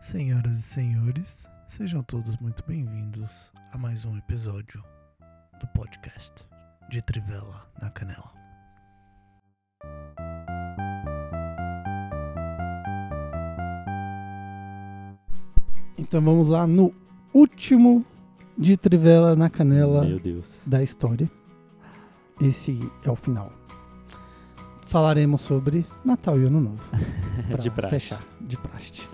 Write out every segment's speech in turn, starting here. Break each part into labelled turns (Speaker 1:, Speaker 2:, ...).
Speaker 1: Senhoras e senhores, sejam todos muito bem-vindos a mais um episódio do podcast de Trivela na Canela. Então vamos lá no último de Trivela na Canela
Speaker 2: Meu Deus.
Speaker 1: da história. Esse é o final. Falaremos sobre Natal e Ano Novo. pra
Speaker 2: De praxe.
Speaker 1: Fechar, de praste.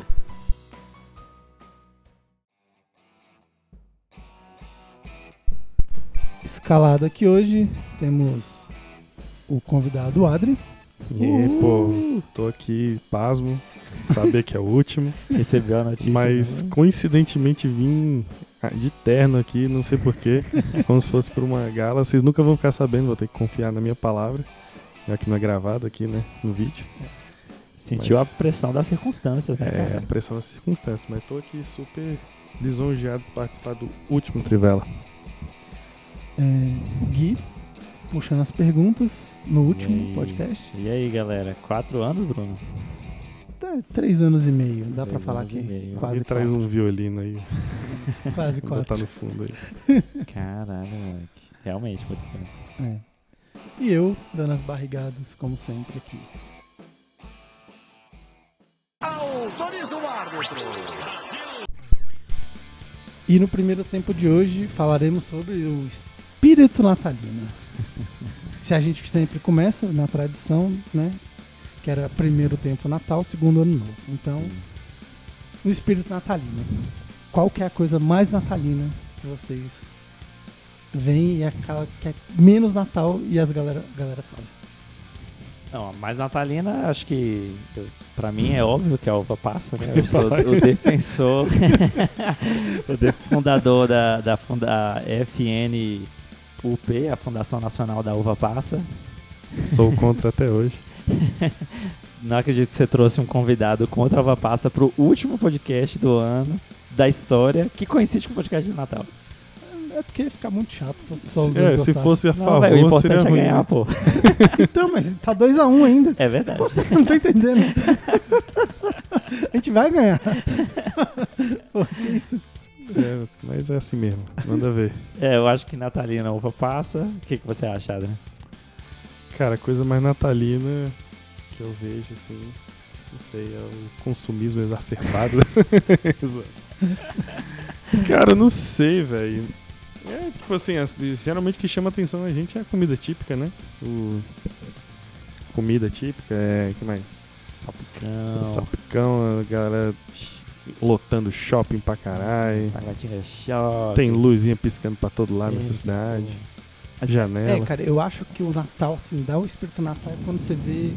Speaker 1: Escalado aqui hoje, temos o convidado Adri. Uh!
Speaker 3: E aí,
Speaker 1: Uhul.
Speaker 3: pô, tô aqui pasmo, saber que é o último,
Speaker 2: Recebeu a notícia. né?
Speaker 3: mas coincidentemente vim ah, de terno aqui, não sei porquê, como se fosse pra uma gala. Vocês nunca vão ficar sabendo, vou ter que confiar na minha palavra, já que não é gravado aqui, né, no vídeo.
Speaker 2: Sentiu
Speaker 3: mas-
Speaker 2: a pressão das circunstâncias, né,
Speaker 3: É, a
Speaker 2: cara?
Speaker 3: pressão das circunstâncias, mas tô aqui super lisonjeado por participar do último Trivela.
Speaker 1: É, Gui, puxando as perguntas no
Speaker 2: E
Speaker 1: último
Speaker 2: aí?
Speaker 1: podcast.
Speaker 2: E aí, galera? Quatro anos, Bruno?
Speaker 1: Tá, três anos e meio, dá pra
Speaker 2: Três
Speaker 1: falar
Speaker 2: anos e
Speaker 1: que
Speaker 2: meio.
Speaker 1: quase
Speaker 3: Me traz
Speaker 1: quatro.
Speaker 3: um violino aí,
Speaker 1: quase
Speaker 3: vou
Speaker 1: quatro.
Speaker 3: botar no fundo aí.
Speaker 2: Caralho, moleque. Realmente, muito tempo.
Speaker 1: É. E eu dando as barrigadas, como sempre, aqui.
Speaker 4: Autoriza o árbitro.
Speaker 1: E no primeiro tempo de hoje falaremos sobre o espírito natalino. Se a gente sempre começa na tradição, né? Que era primeiro tempo Natal, segundo ano novo. Então, no espírito natalino. Qual que é a coisa mais natalina que vocês veem e aquela que é menos Natal e as galera, galera assim, fazem?
Speaker 2: Não, a mais natalina, acho que eu- pra mim é óbvio que a uva passa, né? Eu sou o defensor, o de- fundador da, da funda- FNUP, a Fundação Nacional da Uva Passa.
Speaker 3: Sou contra até hoje.
Speaker 2: Não acredito que você trouxe um convidado contra a Uva Passa pro último podcast do ano, da história, que coincide com o podcast de Natal.
Speaker 1: É porque ia ficar muito chato se fosse só os
Speaker 3: Se,
Speaker 1: dois
Speaker 3: é, se
Speaker 1: gostassem.
Speaker 3: fosse a
Speaker 2: Não,
Speaker 3: favor,
Speaker 2: velho, o
Speaker 3: seria
Speaker 2: importante é
Speaker 3: ruim.
Speaker 2: ganhar, pô.
Speaker 1: Então, mas tá 2x1 um ainda.
Speaker 2: É verdade.
Speaker 1: Não tô entendendo. A gente vai ganhar. Pô, que isso?
Speaker 3: É, mas é assim mesmo, manda ver.
Speaker 2: É, eu acho que Natalina uva passa. O que, que você acha, Adriano?
Speaker 3: Cara, a coisa mais natalina que eu vejo, assim, não sei, é o consumismo exacerbado. Exato. Cara, eu não sei, velho. É, tipo assim, as- geralmente o que chama atenção a gente é a comida típica, né? O... Comida típica, é, que mais?
Speaker 2: Sapicão.
Speaker 3: O salpicão, a galera lotando shopping pra
Speaker 1: Ah,
Speaker 3: caralho.
Speaker 2: Taguatinga Shopping.
Speaker 3: Tem luzinha piscando pra todo lado nessa
Speaker 2: Eita.
Speaker 3: cidade.
Speaker 2: Mas-
Speaker 1: É,
Speaker 3: Janela.
Speaker 1: cara, eu acho que o Natal, assim, dá o espírito Natal é quando você vê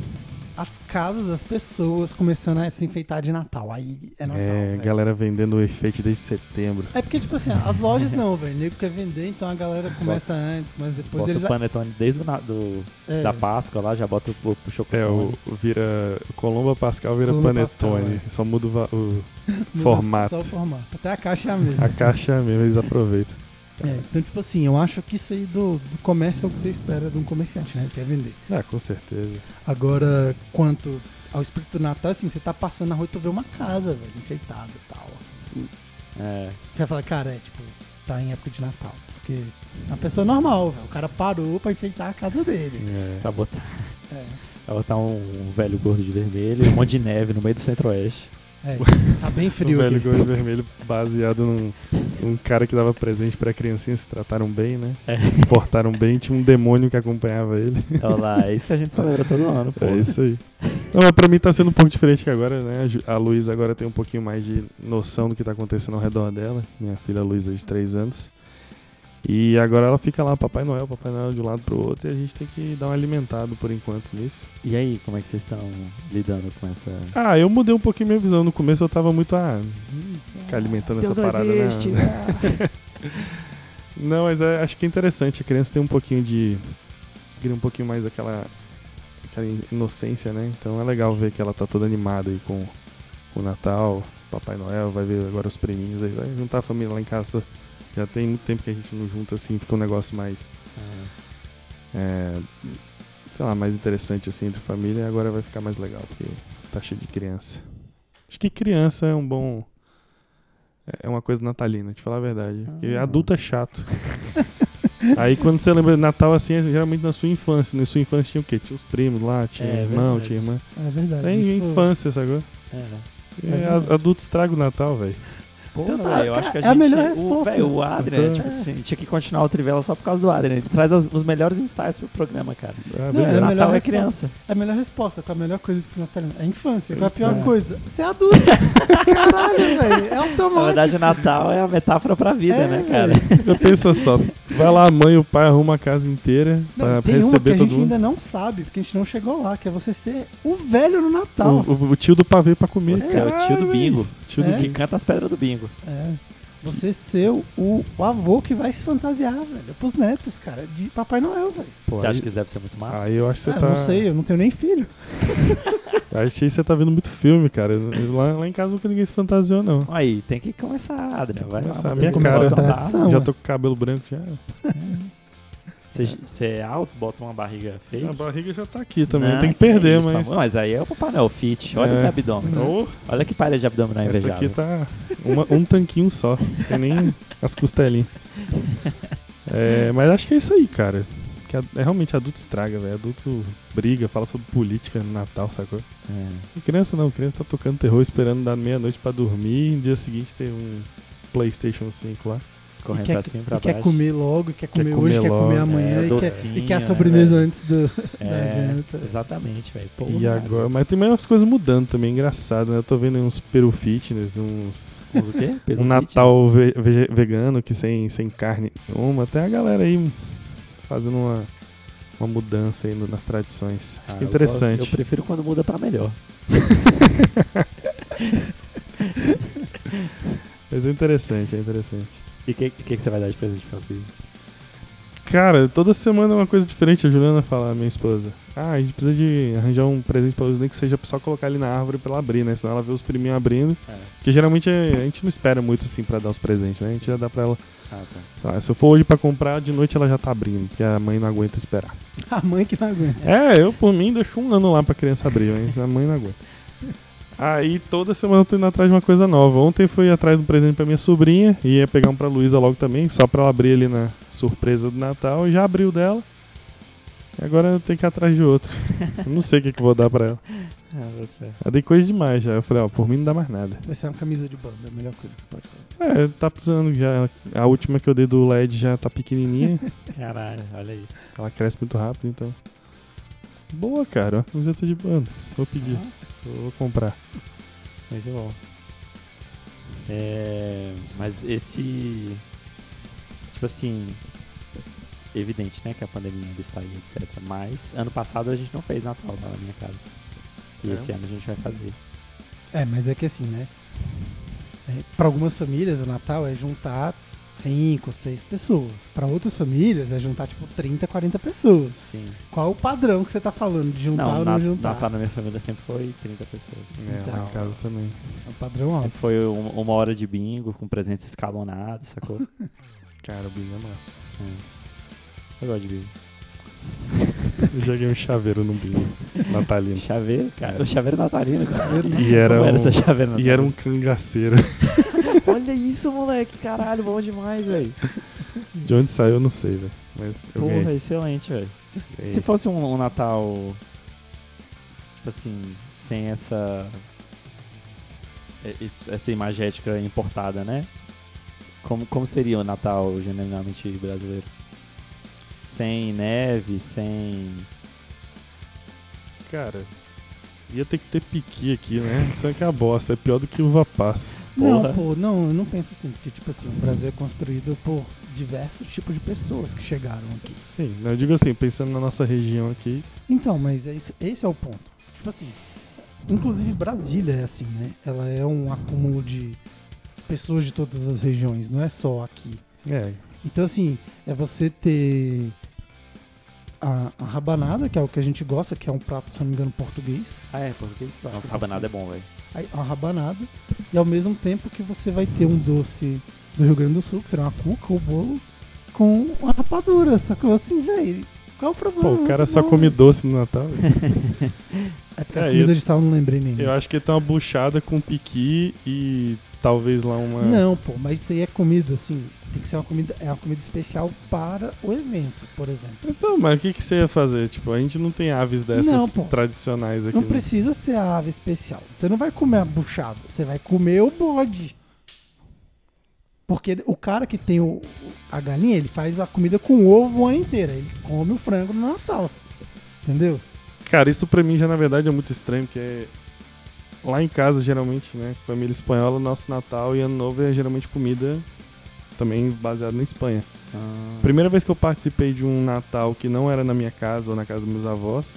Speaker 1: as casas das pessoas começando a se enfeitar de Natal. Aí é Natal.
Speaker 3: É,
Speaker 1: velho.
Speaker 3: galera vendendo o efeito desde setembro.
Speaker 1: É porque, tipo assim, as lojas não, velho. O nego quer vender, então a galera começa antes, mas depois
Speaker 2: Bota
Speaker 1: eles.
Speaker 2: o panetone desde o na- do,
Speaker 1: é,
Speaker 2: da Páscoa lá, já bota o, o chocolate.
Speaker 3: É, o, o vira. o Colomba Pascal vira
Speaker 1: Colomba
Speaker 3: Panetone.
Speaker 1: Pascal,
Speaker 3: Só muda o, va- o-
Speaker 1: muda
Speaker 3: formato.
Speaker 1: Só o formato. Até a caixa é a mesma.
Speaker 3: a caixa mesmo, eles aproveitam.
Speaker 1: É, então, tipo assim, eu acho que isso aí do, do comércio é o que você espera de um comerciante, né? Ele quer vender.
Speaker 3: Ah, com certeza.
Speaker 1: Agora, quanto ao espírito do Natal, assim, você tá passando na rua e tu vê uma casa, velho, enfeitada e tal. assim.
Speaker 2: É,
Speaker 1: Você vai falar, cara, é tipo, tá em época de Natal. Porque é uma pessoa normal, velho. O cara parou pra enfeitar a casa dele.
Speaker 3: É.
Speaker 2: pra botar,
Speaker 1: É,
Speaker 2: pra botar um, um velho gordo de vermelho e um monte de neve no meio do centro-oeste.
Speaker 1: é, tá bem
Speaker 3: O
Speaker 1: frio
Speaker 3: um velho
Speaker 1: aqui.
Speaker 3: gordo vermelho baseado num, num cara que dava presente pra criancinha, se trataram bem, né?
Speaker 2: É.
Speaker 3: Se portaram bem, tinha um demônio que acompanhava ele.
Speaker 2: Olha lá, é isso que a gente celebra todo ano, pô.
Speaker 3: É isso aí. Não, mas pra mim tá sendo um pouco diferente que agora, né? A Ju- A Luísa agora tem um pouquinho mais de noção do que tá acontecendo ao redor dela. Minha filha Luísa de 3 anos. E agora ela fica lá, Papai Noel, Papai Noel de um lado pro outro, e a gente tem que dar um alimentado por enquanto nisso.
Speaker 2: E aí, como é que vocês estão lidando com essa.
Speaker 3: Ah, eu mudei um pouquinho minha visão. No começo eu tava muito, ah, hum, ficar alimentando essa parada, né? Não, mas é- acho que é interessante. A criança tem um pouquinho de. cria um pouquinho mais daquela. aquela inocência, né? Então é legal ver que ela tá toda animada aí com com o Natal, Papai Noel, vai ver agora os priminhos aí. Vai juntar a família lá em casa. tô- Já tem muito tempo que a gente não junta assim, fica um negócio mais.
Speaker 2: Ah,
Speaker 3: é, sei lá, mais interessante assim entre família. E agora vai ficar mais legal, porque tá cheio de criança. Acho que criança é um bom. É uma coisa natalina, te falar a verdade. Porque adulto é chato. Aí quando você lembra de Natal, assim, é geralmente na sua infância. Na sua infância tinha o quê? Tinha os primos lá, tinha
Speaker 2: É,
Speaker 3: irmão,
Speaker 2: verdade.
Speaker 3: tinha irmã.
Speaker 1: É verdade.
Speaker 3: Tem
Speaker 1: isso-
Speaker 3: infância, sacou?
Speaker 2: É, né?
Speaker 3: É,
Speaker 1: verdade.
Speaker 3: a- adulto estraga o Natal, velho.
Speaker 2: Então
Speaker 1: tá,
Speaker 2: tá, eu
Speaker 1: cara,
Speaker 2: acho que a
Speaker 1: é
Speaker 2: gente.
Speaker 1: a melhor
Speaker 2: o-
Speaker 1: resposta.
Speaker 2: véi, o Adrian,
Speaker 3: É.
Speaker 2: tipo assim, tinha que continuar o Trivela só por causa do Adrian. Ele traz as- os melhores ensaios pro programa, cara.
Speaker 3: É,
Speaker 1: Não,
Speaker 3: verdade.
Speaker 1: a melhor
Speaker 2: Natal é
Speaker 1: resposta.
Speaker 2: criança.
Speaker 1: É a melhor resposta, com a melhor coisa pro natalino. É a infância. Qual é a pior
Speaker 3: Infância.
Speaker 1: coisa? Ser adulto. Caralho, velho. É automático.
Speaker 2: Na verdade, Natal é a metáfora pra vida,
Speaker 1: É,
Speaker 2: né, cara?
Speaker 3: Pensa só, vai lá a mãe e o pai arruma a casa inteira
Speaker 1: Não,
Speaker 3: pra
Speaker 1: tem uma que
Speaker 3: receber
Speaker 1: a
Speaker 2: é
Speaker 3: todo
Speaker 1: gente
Speaker 3: mundo.
Speaker 1: ainda não sabe, porque a gente não chegou lá, que é você ser o velho no Natal.
Speaker 3: O, o- o tio do pavê pra comer.
Speaker 2: Você é o tio do
Speaker 3: Caralho,
Speaker 2: bingo.
Speaker 3: Tio
Speaker 1: É.
Speaker 3: do
Speaker 2: Que
Speaker 3: bingo.
Speaker 2: canta as pedras do bingo.
Speaker 1: É. Você ser o, o avô que vai se fantasiar, velho. Pros netos, cara. De Papai Noel, velho.
Speaker 3: Pô,
Speaker 2: Você acha
Speaker 3: aí-
Speaker 2: que isso é deve ser muito massa?
Speaker 3: Aí eu acho que você
Speaker 1: Ah,
Speaker 3: tá.
Speaker 1: Não sei, eu não tenho nem filho.
Speaker 3: Acho que você tá vendo muito filme, cara. Lá, lá em casa nunca ninguém se fantasiou, não.
Speaker 2: Aí, tem que começar, Adrian. Vai
Speaker 3: Começar
Speaker 2: lá,
Speaker 3: a minha
Speaker 2: bota um-
Speaker 3: cara.
Speaker 2: bota um
Speaker 1: Tradição.
Speaker 2: barba.
Speaker 1: Não,
Speaker 3: já
Speaker 1: é.
Speaker 3: tô com cabelo branco já.
Speaker 2: Você- Você é alto, bota uma barriga feia.
Speaker 3: A barriga já tá aqui também.
Speaker 2: Né? Não,
Speaker 3: tem que perder,
Speaker 2: isso,
Speaker 3: mas.
Speaker 2: pá. Mas aí é o Papai Noel fit. Olha
Speaker 3: É.
Speaker 2: esse abdômen.
Speaker 3: Ô,
Speaker 2: Olha que parede abdominal
Speaker 3: essa
Speaker 2: invejável.
Speaker 3: aqui tá uma- um tanquinho só. Tem nem as costelinhas. É, mas acho que é isso aí, cara. Que a- é, realmente adulto estraga, velho. Adulto briga, fala sobre política no Natal, sacou?
Speaker 2: É.
Speaker 3: E criança não, criança tá tocando terror esperando dar meia-noite pra dormir e no dia seguinte ter um PlayStation 5 lá.
Speaker 2: Correndo
Speaker 1: E quer-
Speaker 2: pra cima e pra
Speaker 1: e quer
Speaker 2: baixo.
Speaker 1: comer logo, quer comer,
Speaker 3: comer
Speaker 1: hoje, quer
Speaker 3: logo,
Speaker 1: comer amanhã.
Speaker 2: é,
Speaker 1: e,
Speaker 2: docinho,
Speaker 1: quer, e quer a
Speaker 2: né,
Speaker 1: sobremesa
Speaker 2: velho?
Speaker 1: antes do, da
Speaker 2: É,
Speaker 1: janta.
Speaker 2: Exatamente, velho. Pô,
Speaker 3: E
Speaker 2: cara.
Speaker 3: agora, mas tem umas coisas mudando também, engraçado, né? Eu tô vendo uns peru fitness, uns
Speaker 2: Mas o quê? Pelo
Speaker 3: um Natal ve- vege- vegano que sem, sem carne nenhuma. Até a galera aí fazendo uma, uma mudança aí no- nas tradições. Acho que é interessante.
Speaker 2: Ah, Eu, prefiro quando muda pra melhor.
Speaker 3: Mas é interessante, é interessante.
Speaker 2: E o que, que, que você vai dar de presente pra Cris?
Speaker 3: Cara, toda semana é uma coisa diferente. A Juliana fala, minha esposa. Ah, a gente precisa de arranjar um presente pra Luz, nem que seja só colocar ali na árvore pra ela abrir, né? Senão ela vê os priminhos abrindo.
Speaker 2: É.
Speaker 3: Porque geralmente é- a gente não espera muito assim pra dar os presentes, né? A gente
Speaker 2: Sim.
Speaker 3: já dá pra ela.
Speaker 2: Ah, tá.
Speaker 3: sei lá, se eu for hoje pra comprar, de noite ela já tá abrindo, porque a mãe não aguenta esperar.
Speaker 1: A mãe que não aguenta.
Speaker 3: É, eu por mim deixo um ano lá pra criança abrir, mas a mãe não aguenta. Aí toda semana eu tô indo atrás de uma coisa nova. Ontem fui atrás de um presente pra minha sobrinha e ia pegar um pra Luísa logo também, só pra ela abrir ali na surpresa do Natal. E já abriu dela. E agora eu tenho que ir atrás de outro. Eu não sei o que, que eu vou dar pra ela. É, Eu dei coisa demais já. Eu falei, ó, por mim não dá mais nada.
Speaker 2: É.
Speaker 1: Vai ser uma camisa de banda, a melhor coisa que você pode fazer.
Speaker 3: É, tá precisando já. A última que eu dei do LED já tá pequenininha.
Speaker 2: Caralho, olha isso.
Speaker 3: ela cresce muito rápido, então. Boa, cara. Uma camiseta de banda. Vou pedir. Vou comprar.
Speaker 2: Muito bom. É, mas esse. Tipo assim. Evidente, né? Que a pandemia ainda está aí, etc. Mas ano passado a gente não fez Natal lá na minha casa. E
Speaker 3: É?
Speaker 2: esse ano a gente vai fazer.
Speaker 1: É, mas é que assim, né? É, para algumas famílias, o Natal é juntar 5, 6 pessoas. Para outras famílias, é juntar tipo 30, 40 pessoas.
Speaker 2: Sim.
Speaker 1: Qual o padrão que você tá falando? De juntar
Speaker 2: Não,
Speaker 1: ou
Speaker 2: na,
Speaker 1: não juntar?
Speaker 2: Natal na minha família sempre foi 30 pessoas.
Speaker 3: É, lá
Speaker 1: Então.
Speaker 3: em casa também.
Speaker 1: É um padrão alto.
Speaker 2: Sempre foi um- uma hora de bingo, com presentes escalonados, sacou? É.
Speaker 3: Cara, o bingo é massa.
Speaker 2: Eu gosto de bingo.
Speaker 3: Eu joguei um chaveiro no bingo natalino.
Speaker 2: Chaveiro, cara. O chaveiro natalino, cara.
Speaker 3: E era,
Speaker 2: Como era essa
Speaker 3: um,
Speaker 2: chaveira
Speaker 3: e era um cangaceiro.
Speaker 2: Olha isso, moleque. Caralho, bom demais, velho.
Speaker 3: De onde saiu, eu não sei, velho. Mas eu
Speaker 2: Porra,
Speaker 3: ganhei.
Speaker 2: excelente, velho.
Speaker 3: ganhei.
Speaker 2: Se fosse um, um Natal, tipo assim, sem essa. e- esse- Essa imagética importada, né? Como, como seria o Natal genuinamente brasileiro? Sem neve, sem.
Speaker 3: Cara, ia ter que ter piqui aqui, né? Isso aqui é a bosta. É pior do que uva passa.
Speaker 1: Não,
Speaker 2: Porra.
Speaker 1: pô, não, eu não penso assim. Porque, tipo assim, o Brasil é construído por diversos tipos de pessoas que chegaram aqui.
Speaker 3: Sim, não, eu digo assim, pensando na nossa região aqui.
Speaker 1: Então, mas é isso- esse é o ponto. Tipo assim, inclusive Brasília é assim, né? Ela é um acúmulo de pessoas de todas as regiões, não é só aqui.
Speaker 3: É,
Speaker 1: Então, assim, é você ter a, a rabanada, que é o que a gente gosta, que é um prato, se eu não me engano, português.
Speaker 2: Ah, é, português?
Speaker 1: Acho que
Speaker 2: Nossa, rabanada é bom, velho.
Speaker 1: Aí, a rabanada. E ao mesmo tempo que você vai ter um doce do Rio Grande do Sul, que será uma cuca ou bolo, com uma rapadura. Só que assim, velho, qual o problema?
Speaker 3: pô, o cara
Speaker 1: Muito
Speaker 3: só
Speaker 1: bom.
Speaker 3: come doce no Natal. velho.
Speaker 1: É porque as
Speaker 3: É,
Speaker 1: comidas
Speaker 3: eu-
Speaker 1: de sal eu não lembrei nem.
Speaker 3: tá Eu acho que ele tem uma buchada com piqui e talvez lá uma.
Speaker 1: Não, pô, mas isso aí é comida, assim. Tem que ser uma comida, é uma comida especial para o evento, por exemplo.
Speaker 3: Então, mas o que, que você ia fazer? Tipo, a gente não tem aves dessas
Speaker 1: Não, pô.
Speaker 3: tradicionais aqui.
Speaker 1: Não
Speaker 3: né?
Speaker 1: precisa ser a ave especial. Você não vai comer a buchada, você vai comer o bode. Porque o cara que tem o, a galinha, ele faz a comida com ovo o ano inteiro. Ele come o frango no Natal. Entendeu?
Speaker 3: Cara, isso pra mim já na verdade é muito estranho, porque lá em casa, geralmente, né? Família espanhola, nosso Natal e Ano Novo é geralmente comida também baseada na Espanha.
Speaker 2: Ah,
Speaker 3: Primeira vez que eu participei de um Natal que não era na minha casa ou na casa dos meus avós,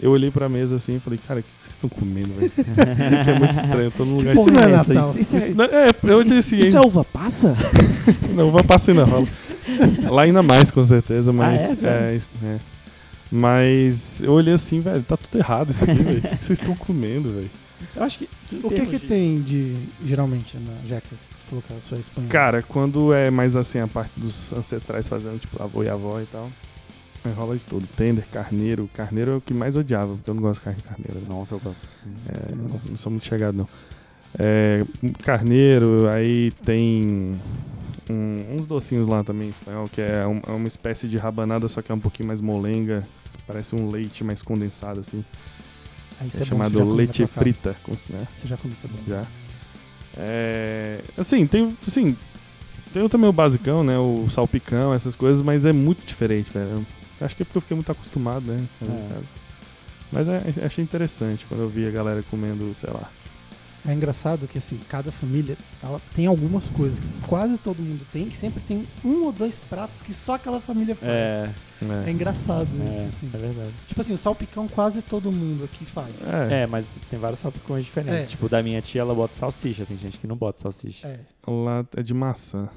Speaker 3: eu olhei pra mesa assim e falei, cara, o que vocês estão comendo, velho? Isso aqui é muito estranho, eu tô num lugar
Speaker 1: porra
Speaker 3: estranho.
Speaker 1: é
Speaker 2: Isso,
Speaker 1: Natal.
Speaker 2: isso- isso é-
Speaker 3: Isso não- é, eu
Speaker 2: isso-
Speaker 3: disse,
Speaker 2: Isso é
Speaker 3: hein?
Speaker 2: uva passa?
Speaker 3: Não, vai passar ainda rola. Lá ainda mais, com certeza, mas.
Speaker 2: Ah, é,
Speaker 3: é, isso- é. Mas eu olhei assim, velho, tá tudo errado isso aqui, velho. O que que vocês estão comendo, velho?
Speaker 2: Eu acho que. em
Speaker 1: O que
Speaker 2: termos
Speaker 1: que
Speaker 2: de-
Speaker 1: tem de, geralmente, na, já que tu falou que a sua espanhola?
Speaker 3: Cara, quando é mais assim a parte dos ancestrais fazendo, tipo, avô e avó e tal, aí rola de tudo. Tender, carneiro. Carneiro é o que mais odiava, porque eu não gosto de carne de carneiro. né?
Speaker 2: Nossa, eu gosto.
Speaker 3: É,
Speaker 1: Eu não
Speaker 3: não,
Speaker 1: gosto.
Speaker 3: sou muito chegado, não. É, carneiro, aí tem um- uns docinhos lá também, em espanhol, que é, um- é uma espécie de rabanada, só que é um pouquinho mais molenga. Parece um leite mais condensado, assim.
Speaker 1: Aí isso bom, você
Speaker 3: É,
Speaker 1: já
Speaker 3: chamado
Speaker 1: come na
Speaker 3: leite
Speaker 1: tua casa.
Speaker 3: frita, com, né?
Speaker 1: Você já comeu cebola?
Speaker 3: já. É, assim, tem, assim, tem também o basicão, né? O salpicão, essas coisas, mas é muito diferente, velho. Eu Acho que é porque eu fiquei muito acostumado, né? na minha
Speaker 2: É.
Speaker 3: casa. Mas é- achei interessante quando eu vi a galera comendo, sei lá.
Speaker 1: É engraçado que assim, cada família ela tem algumas coisas que quase todo mundo tem, que sempre tem um ou dois pratos que só aquela família faz.
Speaker 2: É,
Speaker 3: né.
Speaker 1: É engraçado isso, assim.
Speaker 2: é verdade.
Speaker 1: Tipo assim, o salpicão quase todo mundo aqui faz.
Speaker 3: É.
Speaker 2: É, mas tem vários salpicões diferentes.
Speaker 1: É.
Speaker 2: Tipo, da minha tia, ela bota salsicha. Tem gente que não bota salsicha.
Speaker 1: É,
Speaker 3: Lá é de maçã.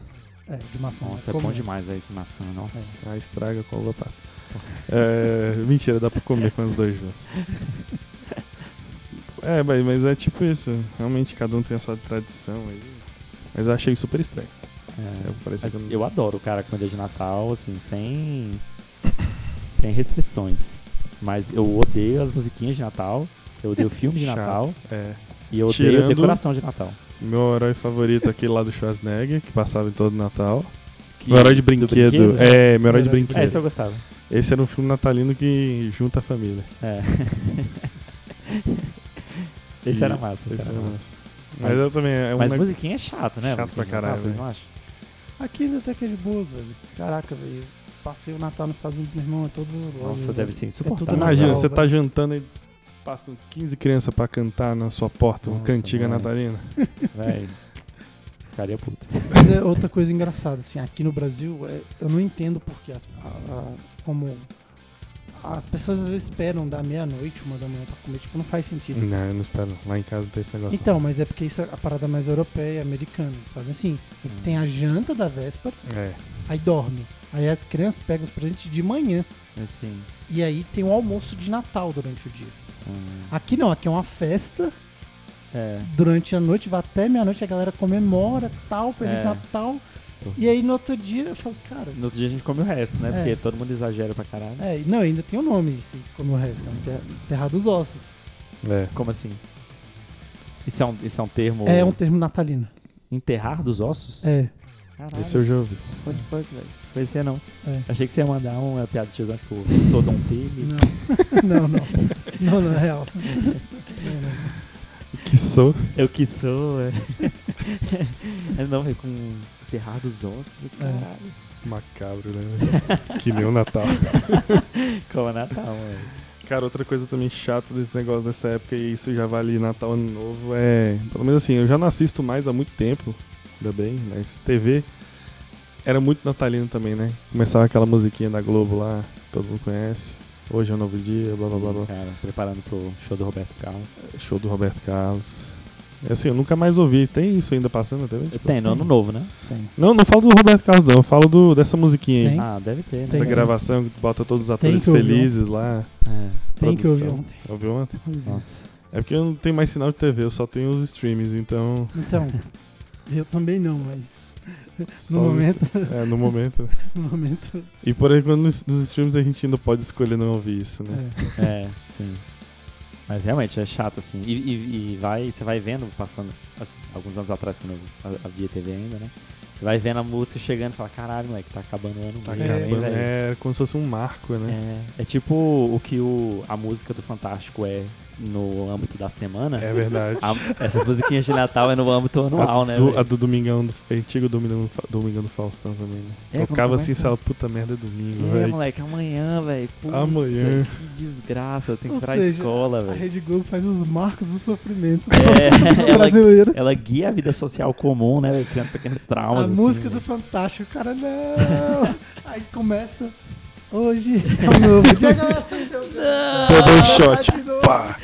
Speaker 1: é, de maçã.
Speaker 2: Nossa, é
Speaker 1: comum.
Speaker 2: bom demais, velho, com maçã. Nossa.
Speaker 3: Ah, estraga com a uva passa. É, mentira, dá pra comer com os dois juntos. É, mas- mas é tipo isso. Realmente cada um tem a sua tradição aí. Mas eu achei super estranho.
Speaker 2: É.
Speaker 3: Eu, parecia
Speaker 2: Mas
Speaker 3: que eu não-
Speaker 2: eu adoro, cara, comida de Natal, assim, sem. sem restrições. Mas eu odeio as musiquinhas de Natal. Eu odeio filme de
Speaker 3: Chato.
Speaker 2: Natal.
Speaker 3: É.
Speaker 2: E eu odeio
Speaker 3: Tirando-
Speaker 2: decoração de Natal.
Speaker 3: Meu herói favorito aqui lá do Schwarzenegger, que passava em todo Natal.
Speaker 2: Que-
Speaker 3: meu herói de
Speaker 2: do
Speaker 3: brinquedo. É, meu herói de
Speaker 1: Meu herói de
Speaker 2: É, esse
Speaker 3: brinquedo.
Speaker 2: eu gostava.
Speaker 3: Esse era um filme natalino que junta a família.
Speaker 2: É. esse
Speaker 3: E-
Speaker 2: era massa, esse,
Speaker 3: Esse
Speaker 2: era
Speaker 3: era
Speaker 2: é massa.
Speaker 3: Mas,
Speaker 2: Mas-
Speaker 3: eu também. É um
Speaker 2: Mas
Speaker 3: neg-
Speaker 2: musiquinha é chato, né?
Speaker 3: Chato
Speaker 2: Musiquinha
Speaker 3: pra
Speaker 2: de Natal,
Speaker 3: caralho,
Speaker 2: Vocês
Speaker 3: né?
Speaker 2: não acham?
Speaker 1: Aqui ainda tem aquele boas, velho. Caraca, velho. eu Passei o Natal nos Estados Unidos, meu irmão, é todos os
Speaker 2: Nossa,
Speaker 1: lados,
Speaker 2: deve
Speaker 1: velho.
Speaker 2: ser insuportável.
Speaker 1: tudo
Speaker 3: Imagina,
Speaker 1: Natal,
Speaker 3: você tá
Speaker 1: velho. jantando
Speaker 3: jantando e passam 15 crianças pra cantar na sua porta, uma
Speaker 2: Nossa,
Speaker 3: cantiga
Speaker 2: mano.
Speaker 3: natalina.
Speaker 2: Véi, ficaria puto.
Speaker 1: Mas é outra coisa engraçada, assim, aqui no Brasil, é, eu não entendo porque as, a- a- como as pessoas às vezes esperam da meia-noite, uma da manhã pra comer, tipo, não faz sentido.
Speaker 3: Não, eu não espero. não. Lá em casa não tem esse negócio.
Speaker 1: Então, mas é porque isso é a parada mais europeia, americana. Eles fazem assim,
Speaker 2: Hum.
Speaker 1: eles têm a janta da véspera,
Speaker 3: não. É.
Speaker 1: aí dorme. Aí as crianças pegam os presentes de manhã.
Speaker 2: Assim.
Speaker 1: E aí tem o almoço de Natal durante o dia.
Speaker 2: hum,
Speaker 1: Aqui não, aqui é uma festa
Speaker 2: É.
Speaker 1: durante a noite, vai até meia-noite, a galera comemora, tal, Feliz
Speaker 2: É.
Speaker 1: Natal. E aí no outro dia eu falo, cara.
Speaker 2: No outro dia a gente come o resto, né?
Speaker 1: É.
Speaker 2: Porque todo mundo exagera pra caralho.
Speaker 1: É, não, ainda tem o um nome esse, como o resto, que é um terra, terra dos ossos.
Speaker 3: É.
Speaker 2: Como assim? Isso é um, isso é um termo.
Speaker 1: É um termo natalino.
Speaker 2: Enterrar dos ossos?
Speaker 1: É.
Speaker 2: Caralho.
Speaker 3: Esse eu já ouvi.
Speaker 2: What the fuck, velho? Conhecia não.
Speaker 1: É.
Speaker 2: Achei que você ia mandar uma piada de tiozão, tipo, estodontelho.
Speaker 1: Não, não, não. Não, não é real. Não, não.
Speaker 3: Que sou.
Speaker 2: Eu que sou, é. É, não, velho, com enterrar dos ossos, caralho.
Speaker 3: Macabro, né? É. que nem o Natal.
Speaker 2: Como é Natal, velho.
Speaker 3: Cara, outra coisa também chata desse negócio dessa época, e isso já vale Natal Ano Novo, é. Pelo menos assim, eu já não assisto mais há muito tempo, ainda bem, mas TV era muito natalino também, né? Começava aquela musiquinha da Globo lá, todo mundo conhece. Hoje é um novo dia, blá blá blá blá.
Speaker 2: Cara, preparando pro show do Roberto Carlos.
Speaker 3: Show do Roberto Carlos. É assim, eu nunca mais ouvi. Tem tipo, isso ainda passando na TV?
Speaker 2: Eu tenho, no ano novo, né?
Speaker 1: Tem.
Speaker 3: Não, não falo do Roberto Carlos, não. Eu falo do, dessa musiquinha aí.
Speaker 1: Tem.
Speaker 2: Ah, deve ter,
Speaker 3: Essa
Speaker 1: Tem.
Speaker 3: gravação que bota todos os atores
Speaker 1: que ouvir.
Speaker 3: felizes lá.
Speaker 2: É.
Speaker 1: Tem que ouvir
Speaker 3: Produção.
Speaker 1: ontem.
Speaker 3: Ouviu ontem?
Speaker 2: Nossa.
Speaker 3: É porque eu não tenho mais sinal de TV, eu só tenho os streams, então.
Speaker 1: Então, eu também não, mas
Speaker 3: Só
Speaker 1: no
Speaker 3: os-
Speaker 1: momento,
Speaker 3: É, no momento.
Speaker 1: no momento,
Speaker 3: E É, por enquanto nos, nos streams a gente ainda pode escolher não ouvir isso, né?
Speaker 1: é.
Speaker 2: É, sim. Mas realmente é chato, assim. E, e- e vai, você vai vendo, passando, assim, alguns anos atrás, quando eu havia TV ainda, né? Você vai vendo a música chegando e fala, caralho, moleque, tá acabando o ano
Speaker 3: Tá
Speaker 2: mesmo, hein,
Speaker 3: acabando.
Speaker 2: velho?"
Speaker 3: É como se fosse um marco, né?
Speaker 2: É, é tipo o que o, a música do Fantástico é no âmbito da semana.
Speaker 3: É, verdade.
Speaker 2: A- essas musiquinhas de Natal é no âmbito anual,
Speaker 3: a,
Speaker 2: né?
Speaker 3: do,
Speaker 2: velho?
Speaker 3: a do Domingão, do, antigo Domingão, Domingão do Faustão também, né?
Speaker 2: É, quando
Speaker 3: Tocava assim e
Speaker 2: começa-
Speaker 3: falava, puta merda, é domingo,
Speaker 2: É,
Speaker 3: velho.
Speaker 2: moleque, amanhã, velho. Putz, é
Speaker 3: Amanhã.
Speaker 2: Que desgraça, tem
Speaker 1: Ou
Speaker 2: que ir pra
Speaker 1: seja,
Speaker 2: escola,
Speaker 1: A
Speaker 2: velho.
Speaker 1: Rede Globo faz os marcos do sofrimento
Speaker 2: É, ela,
Speaker 1: brasileiro.
Speaker 2: ela guia a vida social comum, né? velho, Criando pequenos
Speaker 1: A
Speaker 2: traumas. assim,
Speaker 1: música do
Speaker 2: velho.
Speaker 1: Fantástico, cara, não. Aí começa. Hoje é um novo dia, galera.
Speaker 3: Double um shot,
Speaker 1: De novo.
Speaker 3: pá!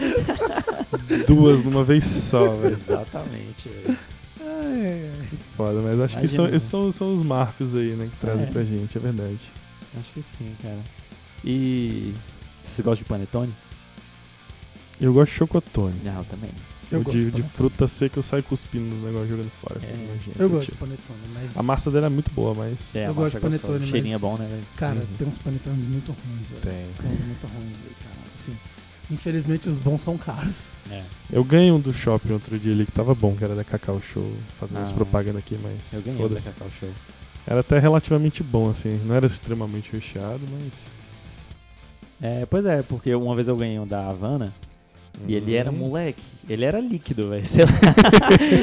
Speaker 3: Duas numa vez só, velho.
Speaker 2: Exatamente, velho.
Speaker 1: Ai, ai, ai.
Speaker 3: Foda, mas acho que são,
Speaker 2: Imagina, né?
Speaker 3: esses são, são os marcos aí, né, que trazem
Speaker 2: É.
Speaker 3: pra gente, é verdade.
Speaker 2: Acho que sim, cara. E. Você gosta de panetone?
Speaker 3: Eu gosto de chocotone.
Speaker 2: Não, também.
Speaker 1: Eu
Speaker 3: O
Speaker 1: gosto
Speaker 3: de,
Speaker 1: de
Speaker 3: de
Speaker 1: panetone.
Speaker 3: fruta seca eu saio cuspindo nos negócios jogando fora. Assim,
Speaker 2: É.
Speaker 3: nojento,
Speaker 1: Eu gosto de
Speaker 3: tipo.
Speaker 1: panetone, mas.
Speaker 3: A massa dela é muito boa, mas.
Speaker 2: É,
Speaker 1: Eu
Speaker 2: a
Speaker 1: gosto
Speaker 2: massa
Speaker 1: de
Speaker 2: gostosa.
Speaker 1: panetone,
Speaker 2: O
Speaker 1: mas-
Speaker 2: cheirinho é bom, né, velho?
Speaker 1: Cara,
Speaker 3: Uhum.
Speaker 1: tem uns panetones muito ruins, velho.
Speaker 3: Tem.
Speaker 1: Tem uns muito ruins, velho, cara. Assim, infelizmente os bons são caros.
Speaker 2: É.
Speaker 3: Eu ganhei um do shopping outro dia ali que tava bom, que era da Cacau Show, fazendo as
Speaker 2: Ah.
Speaker 3: propaganda aqui, mas.
Speaker 2: Eu ganhei um da
Speaker 3: Foda-se.
Speaker 2: Cacau Show.
Speaker 3: Era até relativamente bom, assim. Não era extremamente recheado, mas.
Speaker 2: É, pois é, porque uma vez eu ganhei um da Havana e ele era
Speaker 1: Uhum.
Speaker 3: Hum.
Speaker 2: moleque. Ele era líquido, velho. sei lá.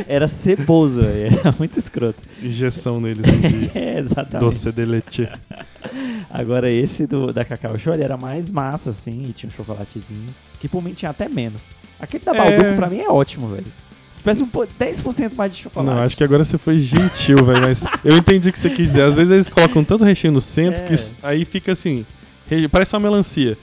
Speaker 2: Era ceboso, velho. Era muito escroto.
Speaker 3: Injeção neles assim,
Speaker 2: É,
Speaker 3: de
Speaker 2: exatamente.
Speaker 3: doce de leite.
Speaker 2: Agora esse do, da Cacau Show, ele era mais massa, assim, e tinha um chocolatezinho. Que por mim tinha até menos. Aquele da
Speaker 3: É.
Speaker 2: Balduco, pra mim, é ótimo, velho. Se tivesse um po- 10% mais de chocolate.
Speaker 3: Não, acho que agora você foi gentil, velho, mas eu entendi o que você quis dizer. Às vezes eles colocam tanto recheio no centro
Speaker 2: É.
Speaker 3: que s- aí fica assim, re- parece uma melancia.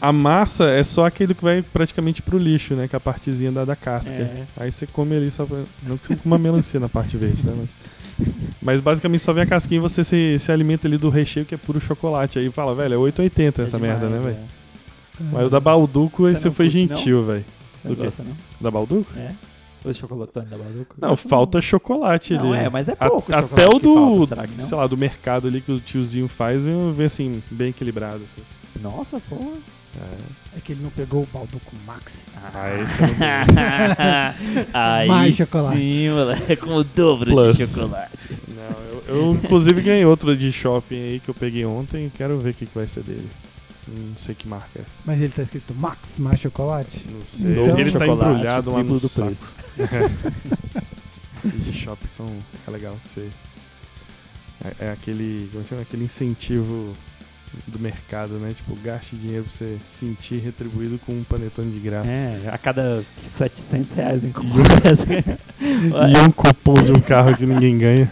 Speaker 3: A massa é só aquele que vai praticamente pro lixo, né? Que é a partezinha da, da casca.
Speaker 2: É.
Speaker 3: Aí você come ali só pra... Não que você coma melancia na parte verde, né? mas- Mas basicamente só vem a casquinha e você se, se alimenta ali do recheio que é puro chocolate. Aí fala, velho, é 8,80 essa
Speaker 2: demais,
Speaker 3: merda, né, velho?
Speaker 2: é.
Speaker 3: Mas o da Balduco, aí
Speaker 2: Você
Speaker 3: você
Speaker 2: não
Speaker 3: foi
Speaker 2: curte, não?
Speaker 3: gentil, velho.
Speaker 2: Você
Speaker 3: Do
Speaker 2: não
Speaker 3: quê?
Speaker 2: gosta, não?
Speaker 3: Da Balduco?
Speaker 2: É? Os chocolatantes da Balduco?
Speaker 3: Não, falta chocolate
Speaker 2: Não,
Speaker 3: ali. né?
Speaker 2: é, mas é
Speaker 3: A-
Speaker 2: pouco chocolate
Speaker 3: até o
Speaker 2: que
Speaker 3: do,
Speaker 2: falta, será que não?
Speaker 3: sei lá, do mercado ali que o tiozinho faz, vem, vem assim, bem equilibrado. assim.
Speaker 2: Nossa, pô.
Speaker 1: É que ele não pegou o Balduco Max.
Speaker 3: Ah, esse eu não tenho.
Speaker 2: Aí
Speaker 1: Mais chocolate.
Speaker 2: sim, moleque, com o dobro
Speaker 3: Plus.
Speaker 2: de chocolate.
Speaker 3: Não, eu, eu, inclusive ganhei outro de shopping aí que eu peguei ontem, quero ver o que, que vai ser dele. Não sei que marca.
Speaker 1: Mas ele tá escrito Max mais chocolate?
Speaker 3: Não sei.
Speaker 1: Então-
Speaker 3: Ele tá
Speaker 2: Chocolate,
Speaker 3: embrulhado lá no
Speaker 2: triplo do
Speaker 3: saco.
Speaker 2: preço.
Speaker 3: Esses de shopping são é legal que você é, é aquele, como chama? aquele incentivo do mercado, né? Tipo, gaste dinheiro pra você sentir retribuído com um panetone de graça.
Speaker 2: É, a cada 700 reais em compras.
Speaker 3: E um cupom de um carro que ninguém ganha.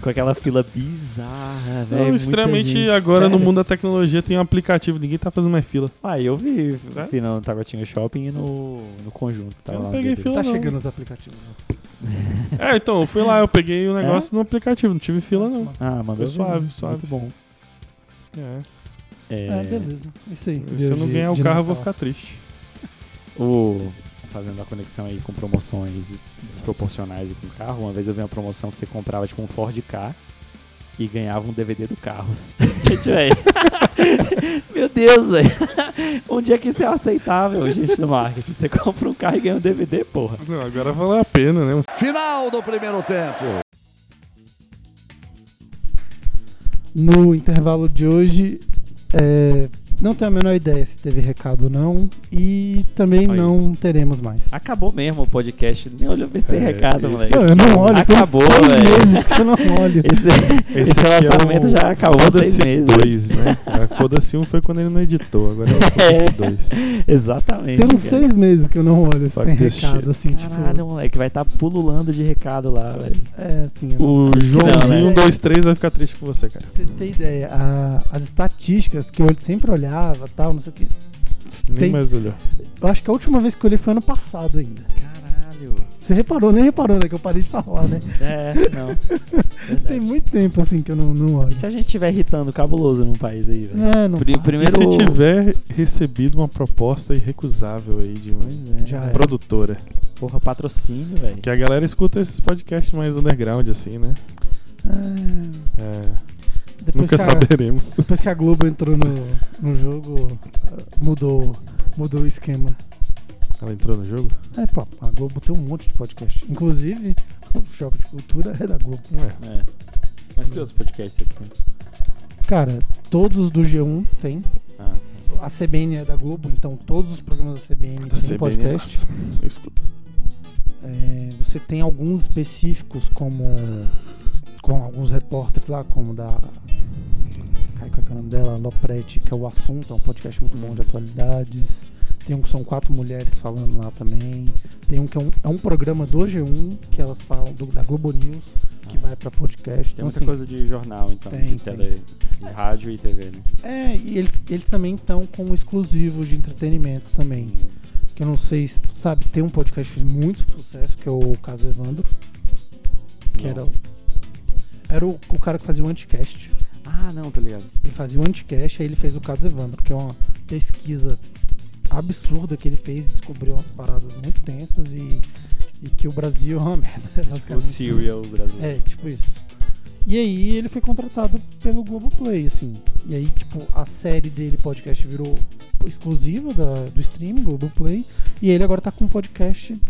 Speaker 2: com aquela fila bizarra, velho.
Speaker 3: Não,
Speaker 2: É, muita
Speaker 3: extremamente
Speaker 2: gente.
Speaker 3: agora no
Speaker 2: Sério?
Speaker 3: mundo da tecnologia tem um aplicativo, ninguém tá fazendo mais fila.
Speaker 2: Ah, eu vi
Speaker 3: É?
Speaker 2: fila no Taguatinga Shopping e no, no conjunto. Tava
Speaker 3: Eu
Speaker 2: lá
Speaker 3: não
Speaker 2: no
Speaker 3: peguei
Speaker 2: dedo.
Speaker 3: fila.
Speaker 1: Tá
Speaker 3: não.
Speaker 1: chegando os aplicativos. né?
Speaker 3: É, então, eu fui lá, eu peguei o negócio no aplicativo, não tive fila não.
Speaker 1: Max.
Speaker 2: Ah, mandou
Speaker 3: Foi suave, suave.
Speaker 2: Muito bom.
Speaker 3: É.
Speaker 2: É,
Speaker 1: Ah, beleza. Isso aí.
Speaker 3: Se eu não
Speaker 1: De-
Speaker 3: ganhar o
Speaker 1: de
Speaker 3: carro, eu vou
Speaker 1: Natal.
Speaker 3: ficar triste.
Speaker 2: o fazendo a conexão aí com promoções desproporcionais e com carro, uma vez eu vi uma promoção que você comprava tipo um Ford K e ganhava um DVD do Carros. Gente, véi. Meu Deus, velho. Onde é que isso é aceitável, gente, no marketing? Você compra um carro e ganha um DVD, porra.
Speaker 3: Não, agora valeu a pena, né?
Speaker 4: Final do primeiro tempo.
Speaker 1: No intervalo de hoje, é, não tenho a menor ideia se teve recado ou não. E também
Speaker 3: Aí. Ah,
Speaker 1: não teremos mais.
Speaker 2: Acabou mesmo o podcast. Nem olhou pra ver se tem
Speaker 3: É,
Speaker 2: recado,
Speaker 3: isso
Speaker 2: moleque.
Speaker 1: Pô, eu não olho,
Speaker 2: Acabou,
Speaker 1: tem seis
Speaker 3: é.
Speaker 2: velho.
Speaker 1: meses que eu não olho.
Speaker 2: Esse, esse
Speaker 3: aqui é
Speaker 2: relacionamento
Speaker 3: um-
Speaker 2: já acabou há seis
Speaker 3: Foda-se
Speaker 2: meses.
Speaker 3: dois, né? É, Foda-se um foi quando ele não editou, agora é o
Speaker 2: É.
Speaker 3: Foda-se dois.
Speaker 2: Exatamente.
Speaker 1: Tem uns
Speaker 2: cara.
Speaker 1: seis meses que eu não olho se
Speaker 3: Fuck
Speaker 1: tem
Speaker 3: this
Speaker 1: recado,
Speaker 3: shit.
Speaker 1: assim,
Speaker 2: Caralho, moleque, vai estar pululando de recado lá, velho.
Speaker 1: tipo. É, assim. eu não-
Speaker 3: O Joãozinho
Speaker 1: né?
Speaker 3: 23 vai ficar triste com você, cara.
Speaker 1: Pra você ter ideia, a- as estatísticas que eu sempre olhava tal, não sei o que.
Speaker 3: Nem
Speaker 1: Tem-
Speaker 3: mais olhou.
Speaker 1: Eu acho que a última vez que eu olhei foi ano passado ainda.
Speaker 2: Caralho.
Speaker 1: Você reparou, nem reparou, né? Que eu parei de falar, né?
Speaker 2: É, não. Verdade.
Speaker 1: Tem muito tempo assim que eu não, não
Speaker 2: E
Speaker 1: olho.
Speaker 2: se a gente estiver irritando cabuloso num país aí, velho?
Speaker 1: É, não.
Speaker 2: Pri-
Speaker 1: fala.
Speaker 2: primeiro.
Speaker 3: E se tiver recebido uma proposta irrecusável aí de uma
Speaker 2: Pois é,
Speaker 1: Já
Speaker 2: velho.
Speaker 1: é.
Speaker 3: produtora?
Speaker 2: Porra, patrocínio, velho.
Speaker 3: Que a galera escuta esses podcasts mais underground, assim, né?
Speaker 1: Ah,
Speaker 3: É,
Speaker 1: depois
Speaker 3: nunca
Speaker 1: que a-
Speaker 3: saberemos.
Speaker 1: Depois que a Globo entrou no, no jogo, ah, mudou, mudou o esquema.
Speaker 3: Ela entrou no jogo?
Speaker 1: É, pô, a Globo tem um monte de podcast. Inclusive, o Choque de Cultura é da Globo.
Speaker 3: Ué.
Speaker 2: É. Mas que outros podcasts eles têm? É.
Speaker 1: Cara, todos do G1 tem.
Speaker 2: Ah,
Speaker 1: A CBN é da Globo, então todos os programas da CBN
Speaker 3: Da
Speaker 1: têm
Speaker 3: CBN é
Speaker 1: podcast.
Speaker 3: massa. Eu escuto.
Speaker 1: É, você tem alguns específicos, como com alguns repórteres lá, como da. Ai, qual é que é o nome dela? Loprete, que é o assunto, é um podcast muito bom de atualidades. Tem um que são quatro mulheres falando lá também. Tem um que é um, é um programa do G1, que elas falam, do- da Globo News, que vai pra podcast.
Speaker 2: ah. Tem
Speaker 1: Então,
Speaker 2: muita
Speaker 1: assim,
Speaker 2: coisa de jornal, então,
Speaker 1: Tem,
Speaker 2: de, tele, de rádio e TV, né?
Speaker 1: É, e eles, eles também estão com exclusivos de entretenimento também.
Speaker 2: Hum,
Speaker 1: Que eu não sei se tu sabe, tem um podcast que fez muito sucesso, que é o Caso Evandro, que
Speaker 2: Não.
Speaker 1: era o. Era o, o cara que fazia o anticast.
Speaker 2: Ah, não, tá ligado.
Speaker 1: Ele fazia o anticast, aí ele fez o Caso Evandro, que é uma pesquisa absurda que ele fez, descobriu umas paradas muito tensas e, e que o Brasil é uma merda.
Speaker 2: O
Speaker 1: basicamente.
Speaker 2: Serial brasileiro.
Speaker 1: É, tipo isso. E aí ele foi contratado pelo Globoplay, assim. E aí, tipo, a série dele, podcast, virou exclusiva da- do streaming, Globoplay. E ele agora tá com um podcast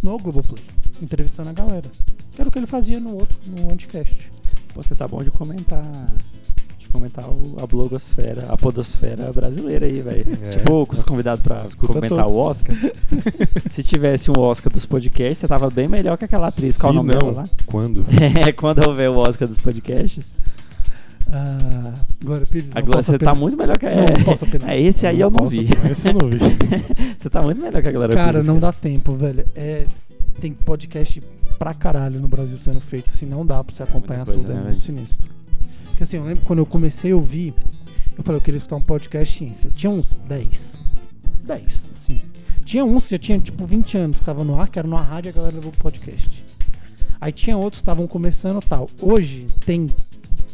Speaker 1: no Globoplay, entrevistando a galera. Que era o que ele fazia no outro, no Anticast.
Speaker 2: Você tá bom de comentar. De comentar o- a blogosfera, a podosfera brasileira aí, velho.
Speaker 3: É.
Speaker 2: tipo, com os
Speaker 3: Nossa,
Speaker 2: convidados pra
Speaker 3: escuta
Speaker 2: comentar
Speaker 3: todos.
Speaker 2: o Oscar. Se tivesse um Oscar dos podcasts, você tava bem melhor que aquela atriz.
Speaker 3: Se
Speaker 2: Qual é o nome
Speaker 3: não,
Speaker 2: dela lá?
Speaker 3: Quando?
Speaker 2: É, quando houver o Oscar dos podcasts,
Speaker 1: Ah, Glória Pires, não
Speaker 2: agora
Speaker 1: posso
Speaker 2: você tá
Speaker 1: opinar.
Speaker 2: muito melhor que a...
Speaker 1: Não posso opinar.
Speaker 2: É, esse aí eu não
Speaker 3: posso
Speaker 2: vi.
Speaker 3: falar, Esse eu não vi.
Speaker 2: Você tá muito melhor que a galera.
Speaker 1: Cara, não dá tempo, velho. É, tem podcast pra caralho no Brasil sendo feito. Se não dá pra você
Speaker 2: É muita
Speaker 1: acompanhar
Speaker 2: coisa,
Speaker 1: tudo,
Speaker 2: né,
Speaker 1: é
Speaker 2: velho?
Speaker 1: muito sinistro. Porque assim, eu lembro quando eu comecei a ouvir, eu falei, eu queria escutar um podcast de ciência. Tinha uns 10. 10, assim. Tinha uns que já tinha tipo 20 anos que tava no ar, que era numa rádio e a galera levou pro podcast. Aí tinha outros que estavam começando e tal. Hoje tem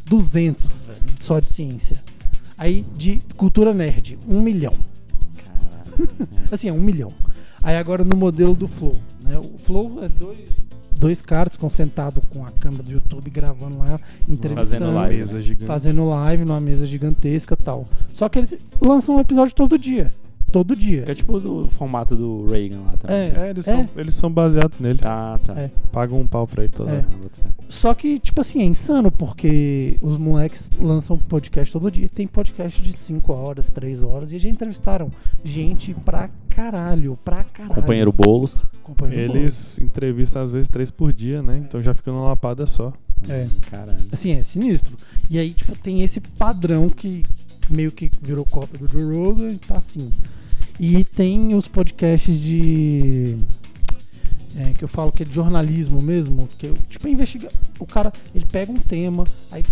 Speaker 1: 200, velho, só de ciência. Aí de cultura nerd, um milhão. Assim, é um milhão. Aí agora no modelo do Flow, né? O Flow é dois, dois caras ficam sentados com a câmera do YouTube gravando lá, entrevistando.
Speaker 2: Fazendo live. né?
Speaker 3: Mesa gigante.
Speaker 1: Fazendo live numa mesa gigantesca e tal. Só que eles lançam um episódio todo dia. Todo dia.
Speaker 2: É tipo do formato do Reagan lá também.
Speaker 1: É.
Speaker 2: né?
Speaker 3: É, eles, São, eles são baseados nele.
Speaker 2: Ah, tá.
Speaker 1: É.
Speaker 3: Pagam um pau pra ele toda
Speaker 1: É.
Speaker 3: hora.
Speaker 2: Ah, boto fé.
Speaker 1: Só que, tipo assim, é insano, porque os moleques lançam podcast todo dia. Tem podcast de 5 horas, 3 horas, e já entrevistaram gente pra caralho, pra caralho.
Speaker 2: Companheiro Boulos.
Speaker 1: Companheiro bom.
Speaker 3: Eles entrevistam às vezes três por dia, né? Então já fica numa lapada só.
Speaker 1: É.
Speaker 2: Caralho.
Speaker 1: Assim, é sinistro. E aí, tipo, tem esse padrão que meio que virou cópia do Joe Rogan e tá assim. E tem os podcasts de. é, que eu falo que é de jornalismo mesmo, que eu, tipo, investiga. O cara, ele pega um tema, aí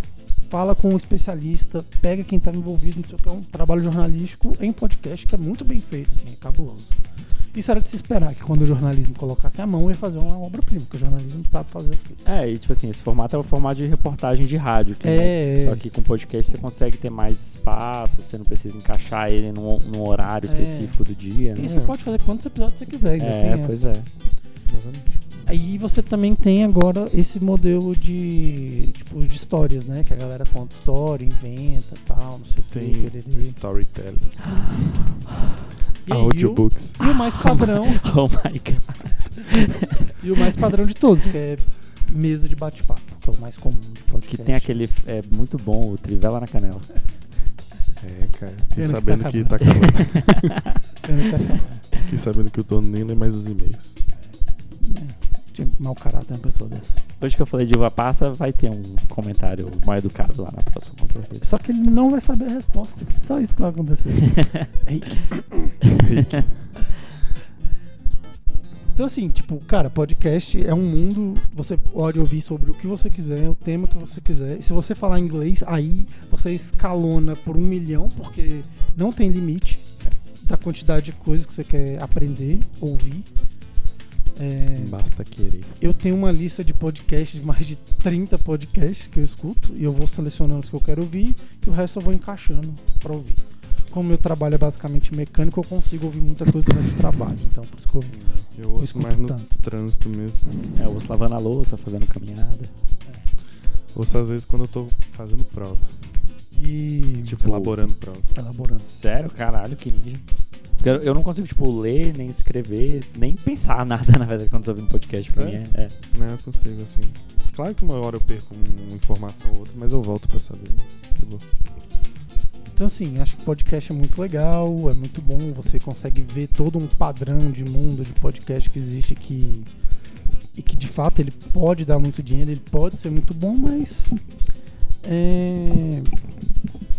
Speaker 1: fala com um especialista, pega quem estava envolvido, não sei o que, é um trabalho jornalístico em podcast que é muito bem feito, assim, é cabuloso. Isso era de se esperar que quando o jornalismo colocasse a mão ia fazer uma obra-prima, porque o jornalismo sabe fazer as coisas.
Speaker 2: É, e tipo assim, esse formato é o formato de reportagem de rádio. que-
Speaker 1: É, é.
Speaker 2: Só que com podcast você consegue ter mais espaço, você não precisa encaixar ele num, num horário
Speaker 1: É.
Speaker 2: específico do dia.
Speaker 1: E
Speaker 2: Né?
Speaker 1: você pode fazer quantos episódios você quiser, ainda tem
Speaker 2: É,
Speaker 1: essa.
Speaker 2: pois é.
Speaker 1: Aí você também tem agora esse modelo de tipo de histórias, né? Que a galera conta história, inventa tal, não sei o
Speaker 3: Tem
Speaker 1: que. perere.
Speaker 3: storytelling.
Speaker 1: E,
Speaker 3: Ah,
Speaker 1: aí, o,
Speaker 3: Audiobooks.
Speaker 1: e o mais padrão,
Speaker 2: Oh my god.
Speaker 1: e o mais padrão de todos, que é mesa de bate-papo, que é o mais comum de podcast.
Speaker 2: Que tem aquele. É muito bom, o Trivela na Canela.
Speaker 3: É, cara. Fiquei
Speaker 1: Pena que
Speaker 3: sabendo
Speaker 1: tá
Speaker 3: que tá acabando.
Speaker 1: aquele.
Speaker 3: Fiquei sabendo que o dono nem lê mais os e-mails.
Speaker 1: Tinha mau caráter uma pessoa dessa.
Speaker 2: Hoje que eu falei de uva passa, vai ter um comentário mal educado lá na próxima, com certeza.
Speaker 1: Só que ele não vai saber a resposta. Só isso que vai acontecer.
Speaker 3: Rick.
Speaker 1: Então, assim, tipo, cara, podcast é um mundo. Você pode ouvir sobre o que você quiser, o tema que você quiser. E se você falar inglês, aí você escalona por um milhão, porque não tem limite da quantidade de coisas que você quer aprender, ouvir. É,
Speaker 3: Basta querer.
Speaker 1: eu tenho uma lista de podcasts, mais de 30 podcasts que eu escuto, e eu vou selecionando os que eu quero ouvir, e o resto eu vou encaixando pra ouvir. Como meu trabalho é basicamente mecânico, eu consigo ouvir muita coisa durante o trabalho, então por isso que eu ouvi.
Speaker 3: Eu ouço
Speaker 1: escuto
Speaker 3: mais no
Speaker 1: tanto.
Speaker 3: trânsito mesmo.
Speaker 2: É, os lavando a louça, fazendo caminhada.
Speaker 3: Ouço às vezes quando eu tô fazendo prova.
Speaker 1: E.
Speaker 2: Tipo,
Speaker 3: Elaborando prova.
Speaker 1: elaborando.
Speaker 2: Sério, caralho, que ninja. Porque eu- eu não consigo, tipo, ler, nem escrever, nem pensar nada, na verdade, quando tô ouvindo podcast pra
Speaker 3: É?
Speaker 2: mim. É, é.
Speaker 3: Não, eu consigo, assim. Claro que uma hora eu perco um, uma informação ou outra, mas eu volto pra saber. De boa.
Speaker 1: Então, assim, acho que podcast é muito legal, é muito bom. Você consegue ver todo um padrão de mundo de podcast que existe que, e que de fato ele pode dar muito dinheiro, ele pode ser muito bom, mas é,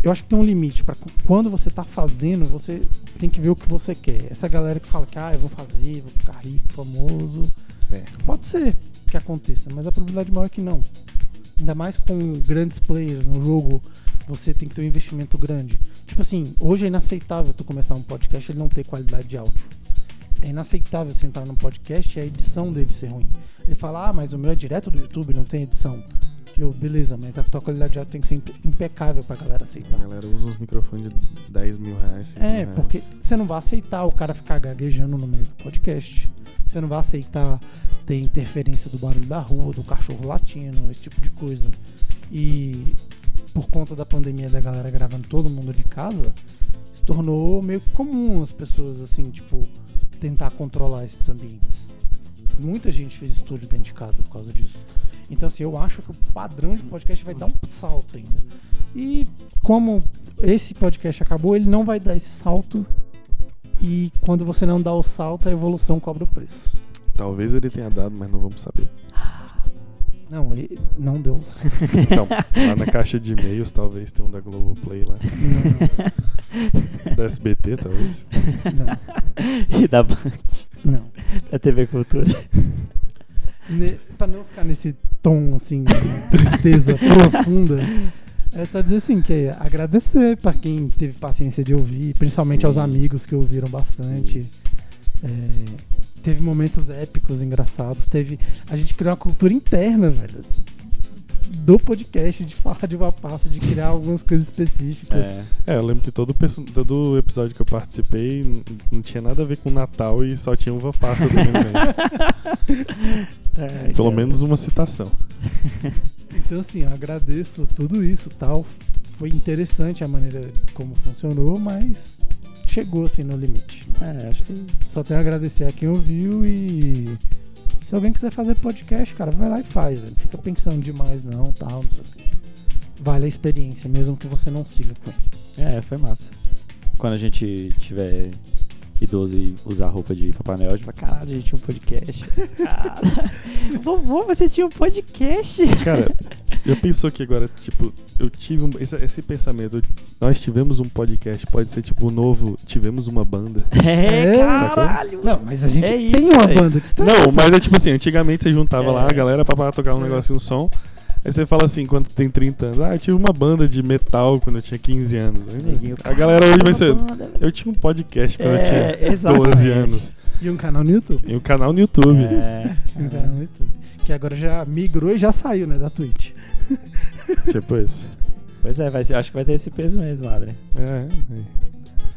Speaker 1: eu acho que tem um limite para quando você tá fazendo, você tem que ver o que você quer. Essa galera que fala que ah, eu vou fazer, vou ficar rico, famoso.
Speaker 3: É.
Speaker 1: Pode ser que aconteça, mas a probabilidade maior é que não. Ainda mais com grandes players no jogo, você tem que ter um investimento grande. Tipo assim, hoje é inaceitável tu começar um podcast e ele não ter qualidade de áudio. É inaceitável você entrar num podcast e a edição dele ser ruim. Ele fala, ah, mas o meu é direto do YouTube, não tem edição. Eu, beleza, mas a tua qualidade de áudio tem que ser impe- impecável pra galera
Speaker 3: A
Speaker 1: aceitar.
Speaker 3: galera usa uns microfones de 10 mil reais. 5
Speaker 1: É,
Speaker 3: mil reais.
Speaker 1: porque você não vai aceitar o cara ficar gaguejando no meio do podcast. Você não vai aceitar ter interferência do barulho da rua, do cachorro latindo, esse tipo de coisa. E por conta da pandemia da galera gravando todo mundo de casa, se tornou meio que comum as pessoas, assim, tipo, tentar controlar esses ambientes. Muita gente fez estúdio dentro de casa por causa disso. Então, assim, eu acho que o padrão de podcast vai dar um salto ainda. E como esse podcast acabou, ele não vai dar esse salto. E quando você não dá o salto, a evolução cobra o preço.
Speaker 3: Talvez ele tenha dado, mas não vamos saber.
Speaker 1: Não, ele não deu. o salto.
Speaker 3: Então, lá na caixa de e-mails, talvez tenha um da Globoplay lá. Da SBT, talvez.
Speaker 2: é. E da Band,
Speaker 1: Não, não.
Speaker 2: da TV Cultura.
Speaker 1: Ne- pra não ficar nesse tom assim, de tristeza profunda, é só dizer assim, que é agradecer pra quem teve paciência de ouvir, principalmente
Speaker 3: Sim.
Speaker 1: aos amigos que ouviram bastante. É, teve momentos épicos, engraçados. Teve. A gente criou uma cultura interna, velho. Do podcast, de falar de uma pasta, de criar algumas coisas específicas.
Speaker 2: É.
Speaker 3: É, eu lembro que todo, perso- todo episódio que eu participei n- não tinha nada a ver com Natal e só tinha uva passa também. Né?
Speaker 2: É,
Speaker 3: Pelo
Speaker 2: cara.
Speaker 3: menos um. uma citação.
Speaker 1: Então, assim, eu agradeço tudo isso tal. Foi interessante a maneira como funcionou, mas chegou, assim, no limite.
Speaker 2: É, acho que.
Speaker 1: Só tenho a agradecer a quem ouviu e... Se alguém quiser fazer podcast, cara, vai lá e faz. velho. Não fica pensando demais não, tal, não sei o quê. Vale a experiência, mesmo que você não siga com ele.
Speaker 2: É, foi massa. Quando a gente tiver idoso e usar roupa de Papai Noel, a gente fala, caralho, a gente tinha um podcast. Cara, vovô, você tinha um podcast?
Speaker 3: Cara, eu penso aqui agora, tipo, eu tive um, esse, esse pensamento, eu- nós tivemos um podcast, pode ser tipo o novo, tivemos uma banda.
Speaker 2: É,
Speaker 1: É,
Speaker 2: caralho!
Speaker 1: Não, mas a gente
Speaker 2: É
Speaker 1: tem
Speaker 2: isso,
Speaker 1: uma
Speaker 2: velho.
Speaker 1: banda que está
Speaker 3: Não, mas é tipo assim, antigamente você juntava
Speaker 2: É.
Speaker 3: lá a galera pra, pra tocar um negocinho, um som. Aí você fala assim, quando tem 30 anos, ah, eu tive uma banda de metal quando eu tinha 15 anos. Aí,
Speaker 2: Neguinho,
Speaker 3: A galera hoje vai ser,
Speaker 2: Banda, velho.
Speaker 3: eu tinha um podcast quando eu
Speaker 2: É,
Speaker 3: tinha 12
Speaker 2: exatamente.
Speaker 3: anos.
Speaker 1: E um canal no YouTube.
Speaker 3: E um canal no YouTube.
Speaker 1: E um canal
Speaker 2: É,
Speaker 1: no YouTube. Que agora já migrou e já saiu, né, da Twitch.
Speaker 2: É.
Speaker 3: Tipo isso.
Speaker 2: pois é, vai ser, acho que vai ter esse peso mesmo, Adri.
Speaker 3: É, é.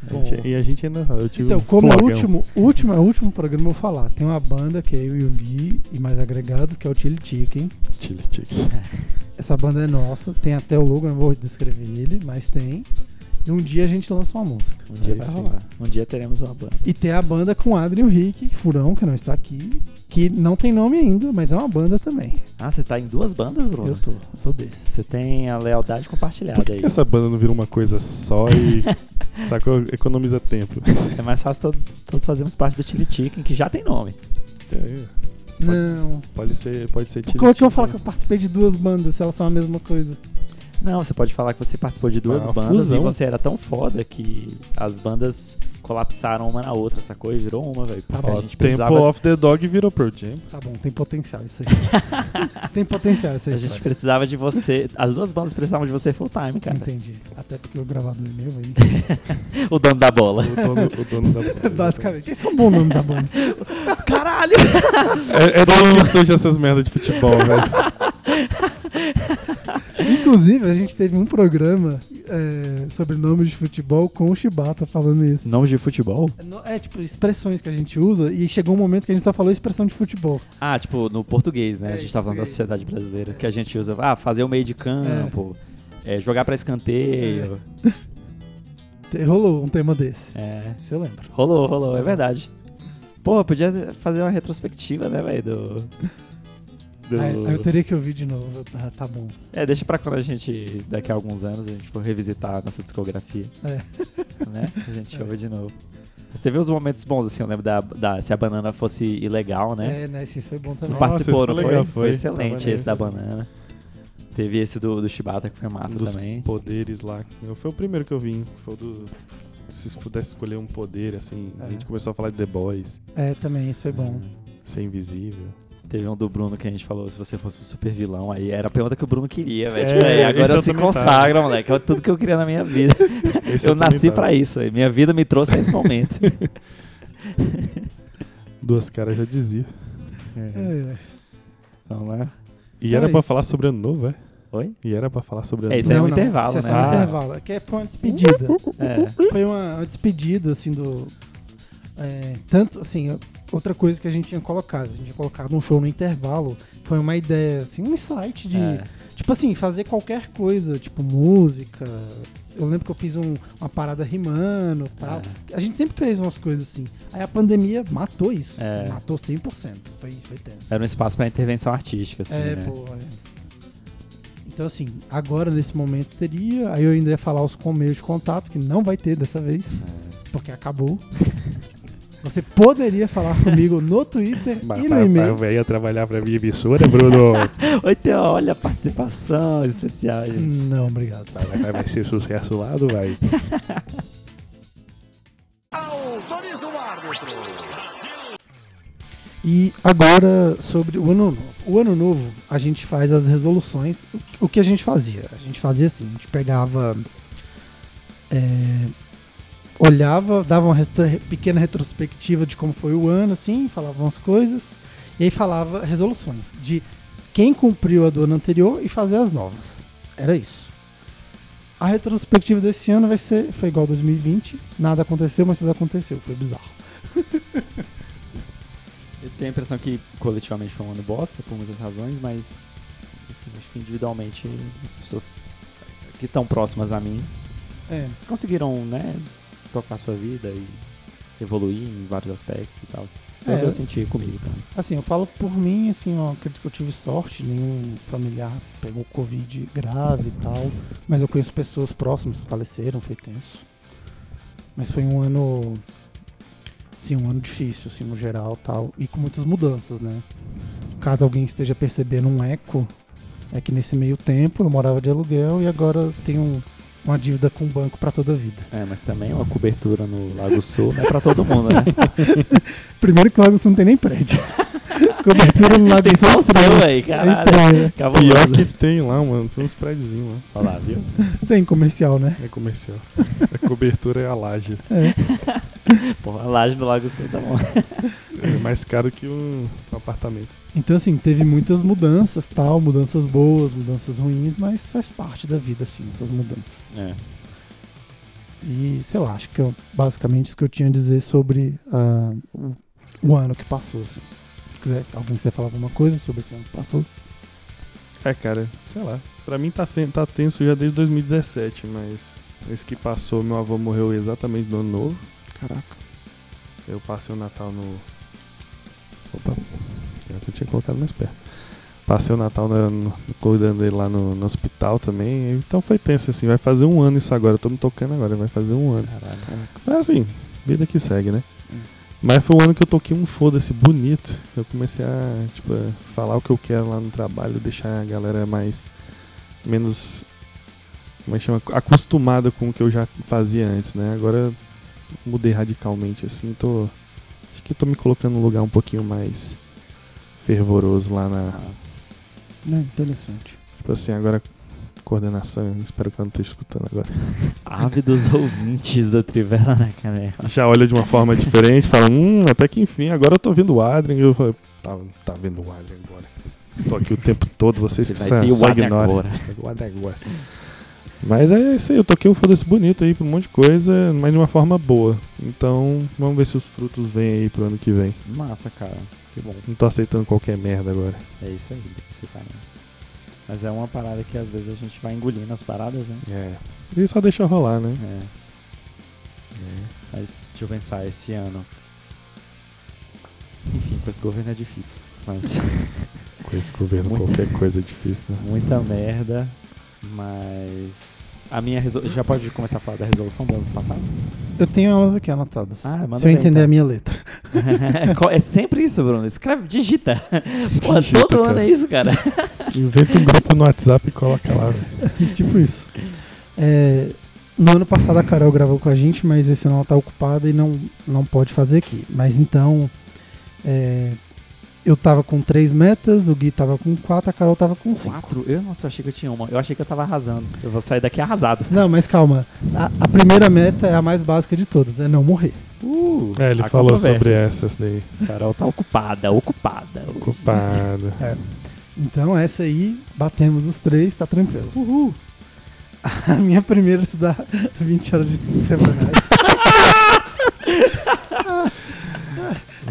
Speaker 3: A gente- e a gente ainda. Eu tive
Speaker 1: Então,
Speaker 3: um
Speaker 1: como é o
Speaker 3: flagão.
Speaker 1: último, último, é o último programa, eu vou falar. Tem uma banda que é eu e o Gui e mais agregados, que é o Chili Chicken.
Speaker 3: Tchili, tchili.
Speaker 1: Essa banda é nossa, tem até o logo, eu não vou descrever ele, mas tem. E um dia a gente lança uma música.
Speaker 2: Um dia
Speaker 3: Aí
Speaker 2: vai
Speaker 3: sim.
Speaker 2: rolar. Um dia teremos uma banda.
Speaker 1: E tem a banda com o Adri e o Rick, Furão, que não está aqui, que não tem nome ainda, mas é uma banda também.
Speaker 2: Ah, você tá em duas bandas, Bruno?
Speaker 1: Eu tô, sou desse.
Speaker 2: Você tem a lealdade compartilhada
Speaker 3: Por que,
Speaker 2: aí.
Speaker 3: que essa banda não vira uma coisa só e. sacou? Economiza tempo.
Speaker 2: É mais fácil todos, todos fazermos parte do Chili Chicken, que já tem nome.
Speaker 3: É,
Speaker 1: Não.
Speaker 3: Pode ser, pode ser tchili,
Speaker 1: Como é que eu
Speaker 3: tchili.
Speaker 1: falo que eu participei de duas bandas, se elas são a mesma coisa?
Speaker 2: Não, você pode falar que você participou de duas
Speaker 3: É uma
Speaker 2: bandas
Speaker 3: fusão.
Speaker 2: e você era tão foda que as bandas colapsaram uma na outra, sacou? E virou uma, velho. Porque
Speaker 3: né? Ó,
Speaker 2: Tá a gente
Speaker 3: Temple
Speaker 2: precisava.
Speaker 3: of the Dog virou Pearl Jam.
Speaker 1: Tá bom, tem potencial isso aí. tem potencial isso aí.
Speaker 2: A gente precisava de você. As duas bandas precisavam de você full time, cara.
Speaker 1: Entendi. Até porque o gravador é meu aí.
Speaker 2: O dono da bola.
Speaker 3: O dono, o dono da
Speaker 1: Basicamente, esse é um bom nome da banda.
Speaker 2: Caralho!
Speaker 3: É, é daí que surge essas merdas de futebol, velho.
Speaker 1: Inclusive, a gente teve um programa é, sobre nomes de futebol com o Shibata falando isso.
Speaker 2: Nome de futebol?
Speaker 1: No- É, tipo, expressões que a gente usa e chegou um momento que a gente só falou expressão de futebol.
Speaker 2: Ah, tipo, no português, né?
Speaker 1: É,
Speaker 2: a gente tá falando da
Speaker 1: português.
Speaker 2: sociedade brasileira, que a gente usa, ah, fazer o meio de campo, é, jogar pra escanteio.
Speaker 1: Te- Rolou um tema desse.
Speaker 2: É.
Speaker 1: Isso eu lembro.
Speaker 2: Rolou, rolou, é verdade. Porra, podia fazer uma retrospectiva, né, velho? Do. do-
Speaker 1: Aí, aí Ah, eu teria que ouvir de novo. Tá, tá bom.
Speaker 2: É, deixa pra quando a gente, daqui a alguns anos, a gente for revisitar a nossa discografia. É. Né? A gente
Speaker 1: É.
Speaker 2: ouve de novo. Você vê os momentos bons, assim, eu lembro da, da- se a banana fosse ilegal, né?
Speaker 1: É, né? Isso foi bom
Speaker 2: Você
Speaker 1: também.
Speaker 3: Nossa,
Speaker 2: participou,
Speaker 3: esse
Speaker 2: não
Speaker 3: foi
Speaker 2: foi?
Speaker 3: legal,
Speaker 2: foi?
Speaker 3: foi.
Speaker 2: excelente
Speaker 3: Tava
Speaker 2: esse da
Speaker 3: nesse.
Speaker 2: banana. Teve esse do, do Shibata que foi massa
Speaker 3: Um dos
Speaker 2: também.
Speaker 3: poderes lá. Eu- Foi o primeiro que eu vim. Foi o do. Se pudesse escolher um poder, assim. A
Speaker 1: É.
Speaker 3: gente começou a falar de The Boys, É,
Speaker 1: É, também, isso foi bom.
Speaker 3: ser invisível.
Speaker 2: Teve um do Bruno que a gente falou, se você fosse um super vilão, aí era a pergunta que o Bruno queria, velho.
Speaker 3: É,
Speaker 2: Tipo, aí, agora
Speaker 3: esse
Speaker 2: eu,
Speaker 3: eu
Speaker 2: se
Speaker 3: também tava.
Speaker 2: consagra, moleque. É tudo que eu queria na minha vida.
Speaker 3: Esse
Speaker 2: eu
Speaker 3: também
Speaker 2: nasci
Speaker 3: tava.
Speaker 2: pra isso, aí. Minha vida me trouxe a esse momento.
Speaker 3: Duas caras já dizia.
Speaker 2: Hum.
Speaker 1: É, é.
Speaker 2: Vamos lá.
Speaker 3: E
Speaker 1: Então
Speaker 3: era
Speaker 1: é
Speaker 3: pra
Speaker 1: isso.
Speaker 3: falar sobre ano novo, é?
Speaker 2: Oi?
Speaker 3: E era pra falar sobre ano
Speaker 2: É, isso aí é um
Speaker 1: Não, não,
Speaker 2: intervalo,
Speaker 1: isso
Speaker 2: né?
Speaker 1: é só um
Speaker 3: Ah.
Speaker 1: intervalo. É que foi uma despedida.
Speaker 2: É.
Speaker 1: Foi uma, uma despedida, assim, do. é, tanto, assim, outra coisa que a gente tinha colocado. A gente tinha colocado um show no intervalo. Foi uma ideia, assim, um insight de.
Speaker 2: É.
Speaker 1: Tipo assim, fazer qualquer coisa, tipo música. Eu lembro que eu fiz um- uma parada rimando e tal.
Speaker 2: É.
Speaker 1: A gente sempre fez umas coisas assim. Aí a pandemia matou isso.
Speaker 2: É.
Speaker 1: assim, matou 100%. Foi, foi tenso.
Speaker 2: Era um espaço pra intervenção artística, assim,
Speaker 1: é,
Speaker 2: né?
Speaker 1: pô. é. Então, assim, agora nesse momento teria. Aí eu ainda ia falar os com- meios de contato, que não vai ter dessa vez,
Speaker 2: É.
Speaker 1: porque acabou. Você poderia falar comigo no Twitter
Speaker 3: Mas
Speaker 1: e
Speaker 3: pra-
Speaker 1: no
Speaker 3: pra-
Speaker 1: e-mail.
Speaker 3: pra- ia trabalhar pra minha emissora, Bruno.
Speaker 2: Oi, Teo, olha a participação especial, gente.
Speaker 1: Não, obrigado.
Speaker 3: vai, vai, vai ser sucesso lá, não vai.
Speaker 4: Autoriza o árbitro.
Speaker 1: E agora sobre o ano novo. O ano novo, a gente faz as resoluções. O- O que a gente fazia? A gente fazia assim, a gente pegava. é, olhava, dava uma retro- pequena retrospectiva de como foi o ano, assim, falava umas coisas. E aí falava resoluções de quem cumpriu a do ano anterior e fazer as novas. Era isso. A retrospectiva desse ano vai ser. Foi igual a 2020. Nada aconteceu, mas tudo aconteceu. Foi bizarro.
Speaker 2: Eu tenho a impressão que coletivamente foi um ano bosta, por muitas razões, mas assim, acho que individualmente as pessoas que estão próximas a mim
Speaker 1: É,
Speaker 2: conseguiram, né, tocar sua vida e evoluir em vários aspectos e tal. Foi o que
Speaker 1: É.
Speaker 2: eu senti comigo também.
Speaker 1: Assim, eu falo por mim, assim, ó, acredito que eu tive sorte, nenhum familiar pegou Covid grave e tal, mas eu conheço pessoas próximas que faleceram, foi tenso. Mas foi um ano, assim, um ano difícil, assim, no geral tal, e com muitas mudanças, né? Caso alguém esteja percebendo um eco, é que nesse meio tempo eu morava de aluguel e agora tenho um, uma dívida com o banco pra toda a vida.
Speaker 2: É, mas também uma cobertura no Lago Sul não é pra todo mundo, né?
Speaker 1: Primeiro que o Lago Sul não tem nem prédio. Cobertura no Lago
Speaker 2: Tem
Speaker 1: Sul
Speaker 2: só né? o
Speaker 1: é
Speaker 2: seu
Speaker 1: estranha.
Speaker 2: aí,
Speaker 1: É
Speaker 2: caralho.
Speaker 1: estranha.
Speaker 3: Pior
Speaker 2: Cabuloso.
Speaker 3: que tem lá, mano. Tem uns prédiozinhos lá.
Speaker 2: Olha lá, viu?
Speaker 1: Tem comercial, né?
Speaker 3: É comercial. A cobertura é a laje.
Speaker 2: Porra, a laje do Lago Sul tá bom.
Speaker 3: É mais caro que um apartamento.
Speaker 1: Então, assim, teve muitas mudanças, tal, mudanças boas, mudanças ruins, mas faz parte da vida, assim, essas mudanças.
Speaker 2: É.
Speaker 1: E, sei lá, acho que eu, basicamente isso que eu tinha a dizer sobre ah, o, o ano que passou, assim. Se quiser, alguém quiser falar alguma coisa sobre esse ano que passou?
Speaker 3: É, cara, sei lá. Pra mim tá, sen- tá tenso já desde 2017, mas esse que passou, meu avô morreu exatamente no ano novo.
Speaker 1: Caraca.
Speaker 3: Eu passei o Natal no. Opa, era o que eu tinha colocado mais perto. Passei o Natal na- no- cuidando dele lá no, no hospital também. Então foi tenso, assim. Vai fazer um ano isso agora. Eu tô me tocando agora, vai fazer um ano.
Speaker 2: Caralho.
Speaker 3: Mas assim, vida que segue, né? Mas foi um ano que eu toquei um foda-se bonito. Eu comecei a, tipo, a falar o que eu quero lá no trabalho, deixar a galera mais. menos. como é que chama? acostumada com o que eu já fazia antes, né? Agora eu mudei radicalmente, assim, tô. acho que tô me colocando num lugar um pouquinho mais. fervoroso lá na.
Speaker 2: Nossa.
Speaker 1: É, interessante.
Speaker 3: tipo assim, agora. coordenação, eu espero que ela não esteja escutando agora.
Speaker 2: Ávidos ouvintes do Trivela na Canela.
Speaker 3: já olha de uma forma diferente, fala, hum, até que enfim, agora eu tô vendo o Adrien. Eu falo, tá, tá vendo o Adrien agora. Tô aqui o tempo todo, vocês que
Speaker 2: vai
Speaker 3: são,
Speaker 2: ver o
Speaker 3: só
Speaker 2: Adrien
Speaker 3: ignoram.
Speaker 2: agora.
Speaker 3: O Adrien agora. Mas é isso aí, eu toquei um foda-se bonito aí pra um monte de coisa, mas de uma forma boa. Então, vamos ver se os frutos vêm aí pro ano que vem.
Speaker 2: Massa, cara. Que bom.
Speaker 3: Não tô aceitando qualquer merda agora.
Speaker 2: É isso aí, tem que ser parado. Mas é uma parada que às vezes a gente vai engolindo as paradas, né?
Speaker 3: É. E só deixa rolar, né?
Speaker 2: É.
Speaker 3: né?
Speaker 2: Mas deixa eu pensar, esse ano. Enfim, com esse governo é difícil. Mas
Speaker 3: Com esse governo,
Speaker 2: Muito.
Speaker 3: qualquer coisa é difícil, né?
Speaker 2: muita merda. Mas. A minha resolução. Já pode começar a falar da resolução do ano passado?
Speaker 1: Eu tenho elas aqui anotadas.
Speaker 2: Ah, manda
Speaker 1: se eu
Speaker 2: ver,
Speaker 1: entender
Speaker 2: então.
Speaker 1: a minha letra.
Speaker 2: Co- é sempre isso, Bruno. Escreve, digita. Pô,
Speaker 3: Digita,
Speaker 2: todo ano
Speaker 3: cara.
Speaker 2: é isso, cara.
Speaker 3: Inventa um grupo no WhatsApp e coloca lá. velho.
Speaker 1: tipo isso. É, no ano passado a Carol gravou com a gente, mas esse ano ela tá ocupada e não, não pode fazer aqui. Mas então. é, eu tava com três metas, o Gui tava com quatro, a Carol tava com cinco.
Speaker 2: Quatro? Eu, nossa, eu achei que eu tinha uma. Eu achei que eu tava arrasando. Eu vou sair daqui arrasado.
Speaker 1: Não, mas calma. A, a primeira meta é a mais básica de todas, é não morrer.
Speaker 2: Uh,
Speaker 3: É, ele
Speaker 2: há
Speaker 3: falou sobre
Speaker 2: controvérsias.
Speaker 3: essas daí.
Speaker 2: Carol tá ocupada, ocupada.
Speaker 3: Culpado.
Speaker 1: Então essa aí, batemos os três, tá tranquilo. Uhul! A minha primeira se dá 20 horas de semanais.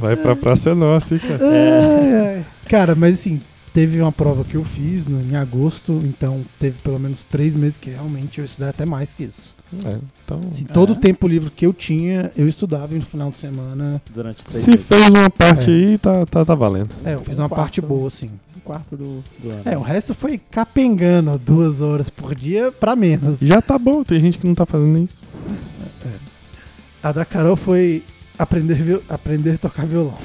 Speaker 3: Vai pra Praça é Nossa, hein, cara.
Speaker 1: Ai, ai. Cara, mas assim, teve uma prova que eu fiz no, em agosto, então teve pelo menos três meses que realmente eu estudei até mais que isso.
Speaker 3: É, então,
Speaker 1: Assim, todo
Speaker 2: É.
Speaker 1: o tempo livre que eu tinha, eu estudava e no final de semana.
Speaker 2: Durante três
Speaker 3: se
Speaker 2: meses.
Speaker 3: fez uma parte
Speaker 1: É.
Speaker 3: aí, tá, tá, tá valendo.
Speaker 1: É, eu fiz uma
Speaker 2: Quarto.
Speaker 1: parte boa, assim.
Speaker 2: Um quarto do, do ano.
Speaker 1: É, o resto foi capengando duas horas por dia pra menos.
Speaker 3: Já tá bom, tem gente que não tá fazendo isso.
Speaker 1: A da Carol foi aprender, vi- aprender a tocar violão.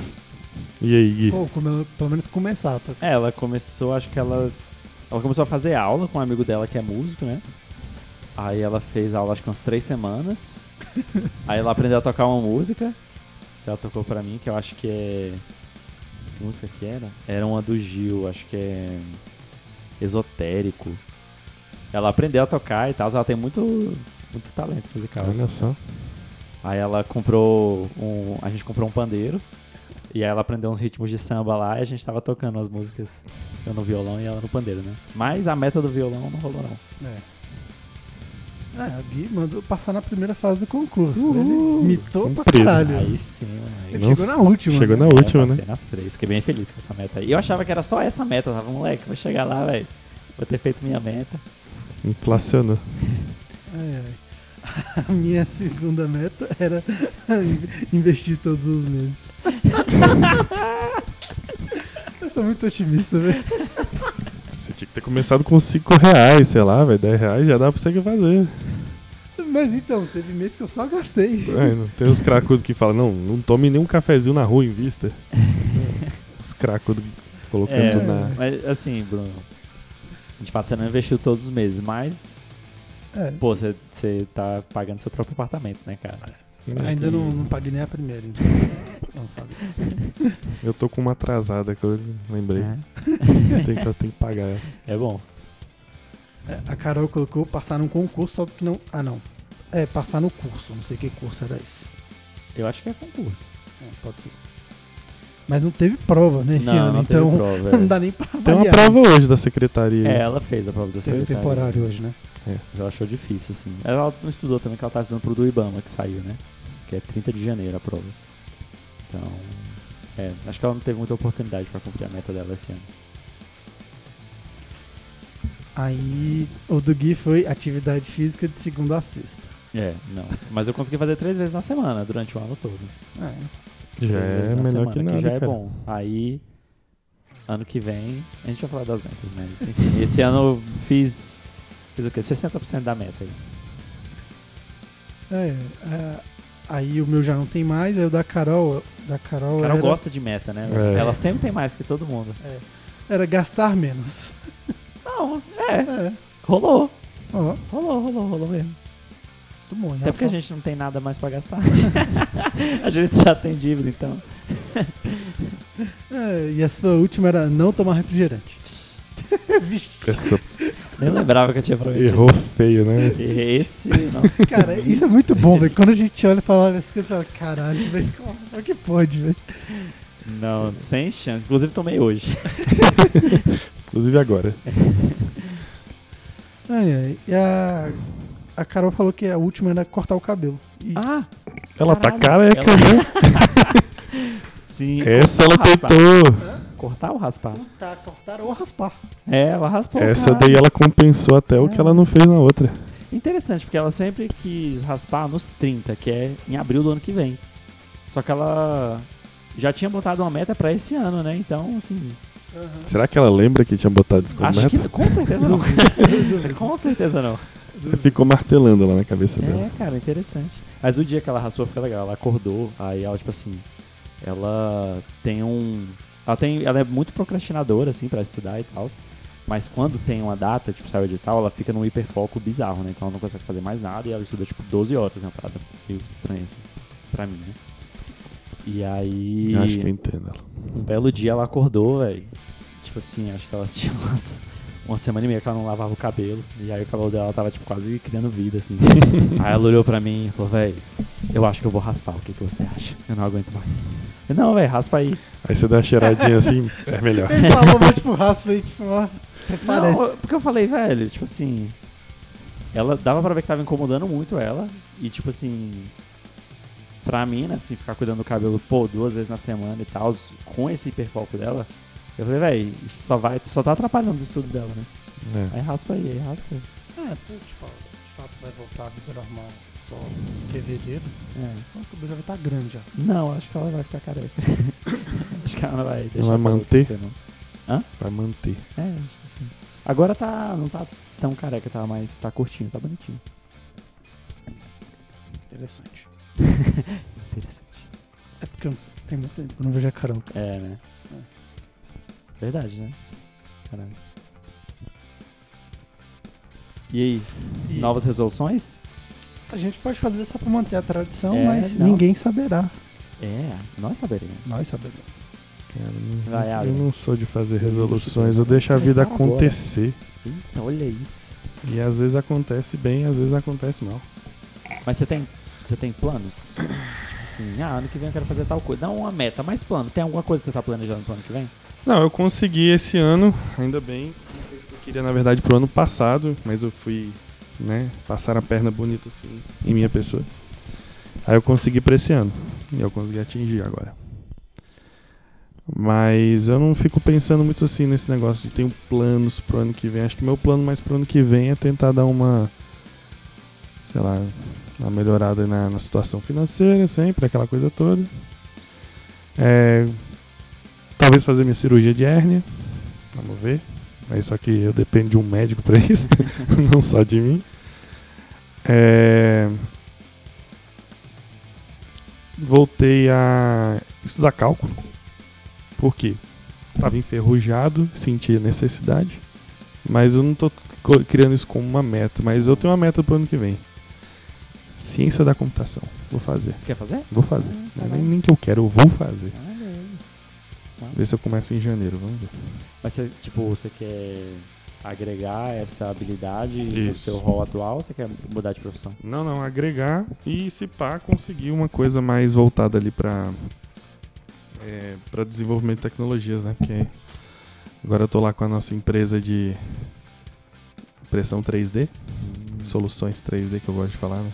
Speaker 3: E aí, Gui?
Speaker 1: Ou come- pelo menos começar tá? a tocar.
Speaker 2: É, Ela começou, acho que ela. Ela começou a fazer aula com um amigo dela que é músico, né? Aí ela fez aula acho que umas três semanas. Aí ela aprendeu a tocar uma música. Que ela tocou pra mim, que eu acho que é. Que música que era? Era uma do Gil, acho que é. Esotérico. Ela aprendeu a tocar e tal, ela tem muito, muito talento musical. assim.
Speaker 3: Olha só.
Speaker 2: Aí ela comprou um. A gente comprou um pandeiro. E aí ela aprendeu uns ritmos de samba lá e a gente tava tocando as músicas. Eu no violão e ela no pandeiro, né? Mas a meta do violão não rolou, não.
Speaker 1: É. Ah, o Gui mandou passar na primeira fase do concurso.
Speaker 3: Uhul.
Speaker 1: Ele mitou pra
Speaker 3: Cumprido.
Speaker 1: caralho.
Speaker 2: Aí sim, moleque.
Speaker 1: Ele
Speaker 3: Não
Speaker 1: chegou na última.
Speaker 3: Chegou
Speaker 1: né?
Speaker 3: na última,
Speaker 2: eu
Speaker 3: né?
Speaker 2: passei nas três, fiquei bem feliz com essa meta aí. E eu achava que era só essa meta, eu tava, moleque, vou chegar lá, velho. Vou ter feito minha meta.
Speaker 3: Inflacionou.
Speaker 1: Ai, ai. A minha segunda meta era in- investir todos os meses. Eu sou muito otimista, né? velho.
Speaker 3: Você tinha que ter começado com 5 reais, sei lá, velho. 10 reais já dá pra você fazer.
Speaker 1: Mas então, teve mês que eu só gastei.
Speaker 3: É, não tem uns cracudos que falam, não, não tome nenhum cafezinho na rua em vista. Os cracudos colocando
Speaker 2: É,
Speaker 3: tudo na.
Speaker 2: mas assim, Bruno. De fato, você não investiu todos os meses, mas.
Speaker 1: É,
Speaker 2: Pô, você, você tá pagando seu próprio apartamento, né, cara?
Speaker 3: É.
Speaker 1: ainda não, não paguei nem a primeira, então. Não sabe.
Speaker 3: Eu tô com uma atrasada que eu lembrei.
Speaker 2: É.
Speaker 3: Tem que, eu tenho que pagar ela.
Speaker 2: É bom.
Speaker 1: É, A Carol colocou passar num concurso, só que não. Ah, não. É, passar no curso. Não sei que curso era esse.
Speaker 2: Eu acho que é concurso.
Speaker 1: É, pode ser. Mas não teve prova nesse
Speaker 2: não,
Speaker 1: ano,
Speaker 2: não
Speaker 1: então
Speaker 2: teve prova.
Speaker 1: não
Speaker 2: é.
Speaker 1: dá nem pra
Speaker 3: Tem uma
Speaker 1: avaliar. né?
Speaker 3: prova hoje da secretaria.
Speaker 2: É, ela fez a prova da
Speaker 1: Teve
Speaker 2: secretária.
Speaker 1: temporário hoje, né?
Speaker 2: Mas ela achou difícil, assim. Ela não estudou também, que ela tá estudando pro do Ibama, que saiu, né? Que é 30 de janeiro a prova. Então... É, acho que ela não teve muita oportunidade pra cumprir a meta dela esse ano.
Speaker 1: Aí o do Gui foi atividade física de segunda a sexta.
Speaker 2: É, não. Mas eu consegui fazer três vezes na semana, durante o ano todo.
Speaker 1: É.
Speaker 3: Já
Speaker 2: Três vezes
Speaker 3: é
Speaker 2: na
Speaker 3: melhor
Speaker 2: semana,
Speaker 3: que nada,
Speaker 2: já é
Speaker 3: cara.
Speaker 2: bom. Aí, ano que vem, a gente vai falar das metas, né? mas enfim. esse ano eu fiz... Fiz o quê? 60% da meta aí.
Speaker 1: É, é, aí o meu já não tem mais, aí o da Carol. Da Carol,
Speaker 2: O cara
Speaker 1: era,
Speaker 2: gosta de meta, né?
Speaker 3: É.
Speaker 2: Ela sempre tem mais que todo mundo.
Speaker 1: era gastar menos.
Speaker 2: Não, é.
Speaker 1: É.
Speaker 2: Rolou.
Speaker 1: Ó,
Speaker 2: Rolou, rolou, rolou mesmo.
Speaker 1: muito tá bom. né?
Speaker 2: Até porque a gente não tem nada mais pra gastar. a gente só tem dívida, então.
Speaker 1: É, e a sua última era não tomar refrigerante. Vixe.
Speaker 3: Essa
Speaker 2: Nem lembrava que eu tinha prometido.
Speaker 3: errou feio, né?
Speaker 2: Esse, nossa.
Speaker 1: Cara, isso é muito bom, velho. Quando a gente olha e fala essas coisas, fala, caralho, velho, como como é que pode, velho?
Speaker 2: Não, sem chance. Inclusive tomei hoje.
Speaker 3: Inclusive agora.
Speaker 1: Ai, ai. E a, a Carol falou que a última era cortar o cabelo. E
Speaker 2: Ah,
Speaker 3: Ela tá
Speaker 2: Caralho,
Speaker 3: careca,
Speaker 2: ela-
Speaker 3: né?
Speaker 2: sim.
Speaker 3: Essa ela
Speaker 2: Cortar ou raspar?
Speaker 3: tentou.
Speaker 2: Cortar ou raspar?
Speaker 1: cortar, cortar ou raspar.
Speaker 2: É, ela raspou.
Speaker 3: Essa
Speaker 2: caralho.
Speaker 3: daí ela compensou até o que ela não fez na outra.
Speaker 2: Interessante, porque ela sempre quis raspar nos 30, que é em abril do ano que vem. Só que ela já tinha botado uma meta pra esse ano, né? Então, assim,
Speaker 3: Será que ela lembra que tinha botado isso como
Speaker 2: acho
Speaker 3: meta?
Speaker 2: que com certeza não. com certeza não.
Speaker 3: Ficou martelando lá na cabeça dela.
Speaker 2: É, cara, interessante. Mas o dia que ela raspou foi legal. Ela acordou, aí ela, tipo assim, ela tem um. Ela, tem, ela é muito procrastinadora, assim, pra estudar e tal. Mas quando tem uma data, tipo, sai o edital, ela fica num hiperfoco bizarro, né? Então ela não consegue fazer mais nada e ela estuda, tipo, 12 horas na parada. Meio estranho, assim, pra mim, né? E aí.
Speaker 3: Eu Acho que eu entendo ela.
Speaker 2: Um belo dia ela acordou, velho. Tipo assim, acho que ela tinha umas- uma semana e meia que ela não lavava o cabelo. E aí o cabelo dela tava, tipo, quase criando vida, assim. aí ela olhou pra mim e falou, velho, eu acho que eu vou raspar. O que, que você acha? Eu não aguento mais. Eu, não, velho, raspa aí.
Speaker 3: Aí você dá uma cheiradinha assim, é melhor.
Speaker 1: Ele falou, mas tipo, raspa aí, tipo, ó. até Parece.
Speaker 2: Não, porque eu falei, velho, tipo assim. Ela dava pra ver que tava incomodando muito ela. E tipo assim. Pra mim, né, assim, ficar cuidando do cabelo, pô, duas vezes na semana e tal, com esse hiperfoco dela. Eu falei, velho, isso só vai, só tá atrapalhando os estudos dela, né?
Speaker 3: É.
Speaker 2: Aí raspa aí, aí raspa aí.
Speaker 1: Ah, tu, tipo, de fato vai voltar à vida normal só em fevereiro.
Speaker 2: É.
Speaker 1: Então o cabelo já vai estar grande já.
Speaker 2: Não, acho que ela vai ficar careca. acho que ela não vai deixar.
Speaker 3: vai
Speaker 2: o cabelo
Speaker 3: manter?
Speaker 2: crescer, não.
Speaker 3: Pra manter.
Speaker 2: É, acho que sim. Agora tá, não tá tão careca, tá mais, tá curtinho, tá bonitinho.
Speaker 1: Interessante.
Speaker 2: Interessante.
Speaker 1: É porque eu- tem muito tempo que eu não vejo a Carol. cara.
Speaker 2: É, né? Verdade, né? Caralho. E aí,
Speaker 1: E
Speaker 2: novas resoluções?
Speaker 1: A gente pode fazer só pra manter a tradição,
Speaker 2: É,
Speaker 1: mas
Speaker 2: não.
Speaker 1: ninguém saberá.
Speaker 2: É, nós saberemos.
Speaker 1: Nós saberemos.
Speaker 3: Cara, não-
Speaker 2: Vai,
Speaker 3: eu
Speaker 2: Adam.
Speaker 3: não sou de fazer resoluções, eu deixo a
Speaker 2: Começar
Speaker 3: vida
Speaker 2: agora.
Speaker 3: acontecer.
Speaker 2: Eita, olha isso.
Speaker 3: E às vezes acontece bem, às vezes acontece mal.
Speaker 2: Mas você tem, você tem planos? tipo assim, ah, ano que vem eu quero fazer tal coisa. Não uma meta, mas plano. Tem alguma coisa que você tá planejando pro ano que vem?
Speaker 3: Não, eu consegui esse ano, ainda bem. Eu queria, na verdade, pro ano passado, mas eu fui, né, passar a perna bonita assim em minha pessoa. Aí eu consegui pra esse ano. E eu consegui atingir agora. Mas eu não fico pensando muito assim nesse negócio de ter um planos pro ano que vem. Acho que meu plano mais pro ano que vem é tentar dar uma. Sei lá, uma melhorada na, na situação financeira, sempre, aquela coisa toda. É, Talvez fazer minha cirurgia de hérnia. Vamos ver. Mas só que eu dependo de um médico pra isso, não só de mim. É, Voltei a estudar cálculo. Por quê? Tava enferrujado, sentia necessidade. Mas eu não tô co- criando isso como uma meta. Mas eu tenho uma meta pro ano que vem. Ciência da computação. Vou fazer.
Speaker 2: Você quer fazer?
Speaker 3: Vou fazer.
Speaker 2: Ah,
Speaker 3: Não é
Speaker 2: caralho.
Speaker 3: nem, nem que eu quero, eu vou fazer.
Speaker 2: Olha aí. é Nossa.
Speaker 3: Ver se eu começo em janeiro, vamos ver.
Speaker 2: Mas você, tipo, você quer agregar essa habilidade no
Speaker 3: Isso. Hum,
Speaker 2: seu rol atual ou você quer mudar de profissão?
Speaker 3: Não, não, agregar e se pá, conseguir uma coisa mais voltada ali pra, é, pra desenvolvimento de tecnologias, né? Porque agora eu tô lá com a nossa empresa de impressão
Speaker 1: Hum.
Speaker 3: 3D,
Speaker 2: Hum,
Speaker 3: soluções 3D que eu gosto de falar, né?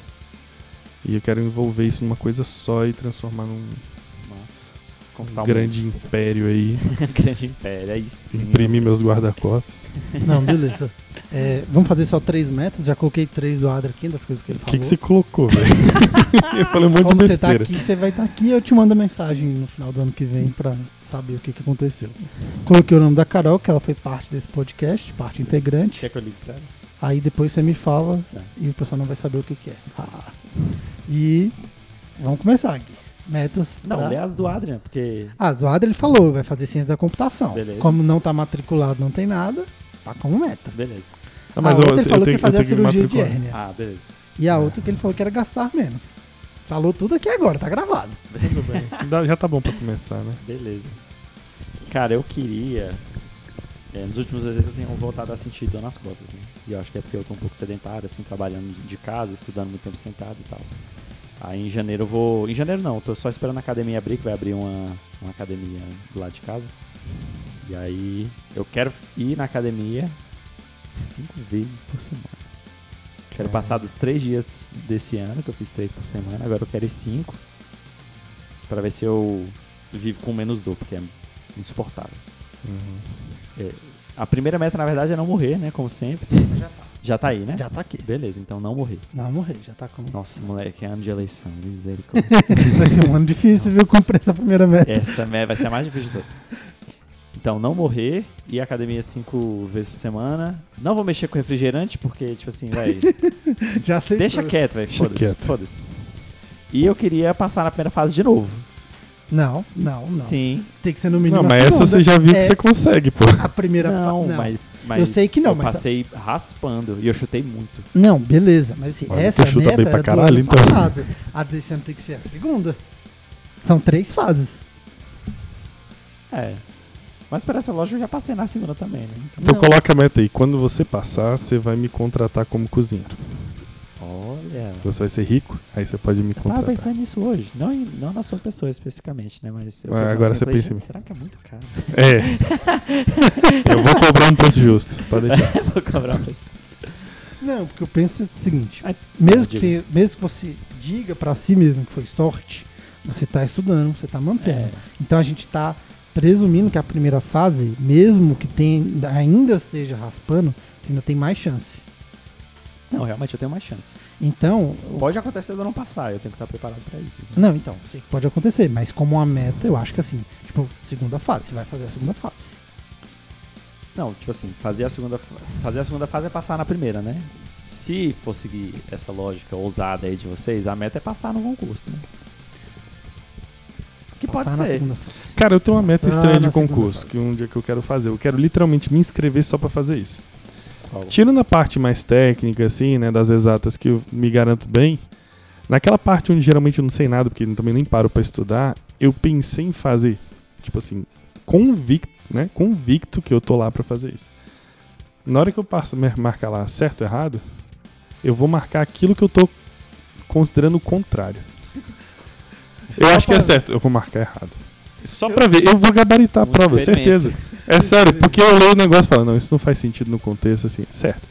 Speaker 3: E eu quero envolver isso numa coisa só e transformar num
Speaker 2: Massa.
Speaker 3: um
Speaker 2: Conquistar o
Speaker 3: grande império aí,
Speaker 2: mundo. grande império, aí sim.
Speaker 3: imprimir meus guarda-costas.
Speaker 1: Não, beleza. É, vamos fazer só três metas. Já coloquei três do Adra aqui, das coisas que ele
Speaker 3: O
Speaker 1: falou.
Speaker 3: que, que você colocou, velho? eu falei um monte
Speaker 1: Como
Speaker 3: de
Speaker 1: você tá
Speaker 3: besteira.
Speaker 1: aqui, você vai estar aqui eu te mando mensagem no final do ano que vem pra saber o que, que aconteceu. Coloquei o nome da Carol, que ela foi parte desse podcast, parte integrante.
Speaker 2: Quer que eu ligue pra ela?
Speaker 1: Aí depois você me fala
Speaker 2: Tá.
Speaker 1: e o pessoal não vai saber o que, que é. Ah. E vamos começar, Gui. Metas.
Speaker 2: Não,
Speaker 1: pra...
Speaker 2: lê as do Adrian, porque.
Speaker 1: Ah, do Adra ele falou, vai fazer ciência da computação.
Speaker 2: Beleza.
Speaker 1: Como não tá matriculado, não tem nada, tá como meta.
Speaker 2: Beleza.
Speaker 3: Ah, mas
Speaker 1: a
Speaker 3: eu-
Speaker 1: outra
Speaker 3: eu
Speaker 1: ele falou
Speaker 3: tenho-
Speaker 1: que ia fazer
Speaker 3: eu
Speaker 1: a
Speaker 3: tenho que me
Speaker 1: cirurgia de
Speaker 3: matricular.
Speaker 1: hérnia.
Speaker 2: Ah, beleza.
Speaker 1: E a outra que ele falou que era gastar menos. Falou tudo aqui agora, tá gravado.
Speaker 3: Tudo bem. Dá- Já tá bom pra começar, né?
Speaker 2: Beleza. Cara, eu queria. é, nos últimos meses eu tenho voltado a sentir dor nas costas, né? E eu acho que é porque eu tô um pouco sedentário, assim, trabalhando de casa, estudando muito tempo sentado e tal. Aí em janeiro eu vou. Em janeiro não, eu tô só esperando a academia abrir, que vai abrir uma, uma academia do lado de casa. E aí eu quero ir na academia cinco vezes por semana. Quero passar dos três dias desse ano, que eu fiz três por semana, agora eu quero ir cinco. Pra ver se eu vivo com menos dor, porque é insuportável.
Speaker 3: Uhum.
Speaker 2: É, a primeira meta, na verdade, é não morrer, né? Como sempre. Já tá aí, né?
Speaker 1: Já tá aqui.
Speaker 2: Beleza, então não morri.
Speaker 1: Não, morri, já tá com.
Speaker 2: Nossa, moleque, é ano de eleição, misericórdia.
Speaker 1: Vai ser um ano difícil, viu? Cumprir essa primeira meta.
Speaker 2: Essa me- vai ser a mais difícil de todas. Então, não morrer, ir à academia cinco vezes por semana. Não vou mexer com refrigerante, porque, tipo assim, velho.
Speaker 1: Já sei.
Speaker 2: deixa
Speaker 1: tudo.
Speaker 2: quieto, velho.
Speaker 3: Deixa
Speaker 2: Foda-se.
Speaker 3: quieto.
Speaker 2: Foda-se. E eu queria passar na primeira fase de novo.
Speaker 1: Não, não, não.
Speaker 2: Sim.
Speaker 1: Tem que ser no mínimo
Speaker 3: Não,
Speaker 1: a
Speaker 3: mas essa
Speaker 1: segunda.
Speaker 3: você já viu
Speaker 1: É.
Speaker 3: que você consegue, pô.
Speaker 1: A primeira fa-
Speaker 2: Não, mas, mas.
Speaker 1: Eu sei que não,
Speaker 2: eu
Speaker 1: mas-
Speaker 2: Passei raspando e eu chutei muito.
Speaker 1: Não, beleza, mas assim,
Speaker 3: Olha,
Speaker 1: essa
Speaker 3: tu chuta
Speaker 1: meta
Speaker 3: bem pra
Speaker 1: era do
Speaker 3: caralho,
Speaker 1: ano
Speaker 3: então.
Speaker 1: passado. A desse ano tem que ser a segunda. São três fases.
Speaker 2: É. Mas para essa loja eu já passei na segunda também, né? Então,
Speaker 3: Então
Speaker 1: Não.
Speaker 3: coloca a meta aí. Quando você passar, você vai me contratar como cozinheiro.
Speaker 2: olha.
Speaker 3: Você vai ser rico, aí você pode
Speaker 1: Ah,
Speaker 3: me
Speaker 2: Eu tava
Speaker 3: contratar.
Speaker 2: pensando nisso hoje. Não, em- não na sua pessoa especificamente, né? Mas eu
Speaker 3: Ah,
Speaker 2: pensava
Speaker 3: agora
Speaker 2: assim,
Speaker 3: você
Speaker 2: eu falei,
Speaker 3: pensa em
Speaker 2: "Gente,
Speaker 3: mim."
Speaker 2: Será que é muito caro?
Speaker 3: É. Eu vou cobrar um preço justo, pode deixar.
Speaker 2: Vou cobrar pra esse-
Speaker 1: Não, porque eu penso o seguinte:
Speaker 2: Ai,
Speaker 1: mesmo, que
Speaker 2: diga.
Speaker 1: tenha- mesmo que você diga pra si mesmo que foi sorte, você tá estudando, você tá mantendo.
Speaker 2: É,
Speaker 1: Então a gente tá presumindo que a primeira fase, mesmo que tem, ainda esteja raspando, você ainda tem mais chance.
Speaker 2: não, realmente eu tenho mais chance.
Speaker 1: Então,
Speaker 2: Pode acontecer de eu não passar, eu tenho que estar preparado pra isso. né?
Speaker 1: Não, então, sei que pode acontecer, mas como uma meta, eu acho que assim, tipo, segunda fase, você vai fazer a segunda fase.
Speaker 2: Não, tipo assim, fazer a segunda fa- fazer a segunda fase é passar na primeira, né? Se for seguir essa lógica ousada aí de vocês, a meta é passar no concurso, né? Que
Speaker 1: Passar
Speaker 2: pode
Speaker 1: na
Speaker 2: ser.
Speaker 1: segunda fase.
Speaker 3: Cara, eu tenho uma meta
Speaker 1: Passar
Speaker 3: estranha
Speaker 1: na
Speaker 3: de
Speaker 1: segunda
Speaker 3: concurso,
Speaker 1: fase.
Speaker 3: que um dia que eu quero fazer. Eu quero literalmente me inscrever só pra fazer isso.
Speaker 2: Paulo.
Speaker 3: Tirando a parte mais técnica, assim, né, das exatas que eu me garanto bem, naquela parte onde geralmente eu não sei nada, porque eu também nem paro pra estudar, eu pensei em fazer, tipo assim, convicto, né, convicto que eu tô lá pra fazer isso. Na hora que eu passo, mar- marcar lá certo ou errado, eu vou marcar aquilo que eu tô considerando o contrário. Eu acho que é certo, eu vou marcar errado. Só pra ver, eu vou gabaritar a
Speaker 2: Um
Speaker 3: prova,
Speaker 2: experimento.
Speaker 3: certeza. É sério, porque eu leio o negócio e falo, não, isso não faz sentido no contexto, assim, certo.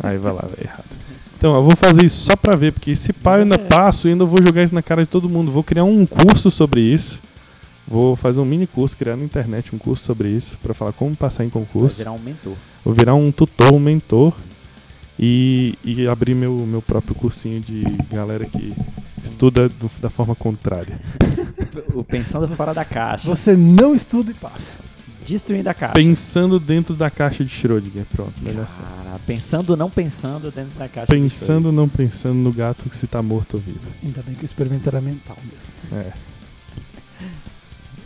Speaker 3: Aí vai lá, vai errado. Então, eu vou fazer isso só pra ver, porque se pá eu ainda passo e ainda vou jogar isso na cara de todo mundo. Vou criar um curso sobre isso. Vou fazer um mini curso, criar na internet um curso sobre isso, pra falar como passar em
Speaker 2: Vai
Speaker 3: concurso.
Speaker 2: virar um mentor.
Speaker 3: Vou virar um tutor, um mentor e, e abrir meu, meu próprio cursinho de galera que estuda do- da forma contrária.
Speaker 2: O pensando fora da caixa,
Speaker 1: Você não estuda e passa.
Speaker 2: destruindo a caixa.
Speaker 3: Pensando dentro da caixa de Schrödinger, pronto, melhor assim.
Speaker 2: Cara, pensando não pensando dentro da caixa.
Speaker 3: Pensando, não pensando no gato que se tá morto ou vivo.
Speaker 1: Ainda bem que o experimento era mental mesmo.
Speaker 3: É.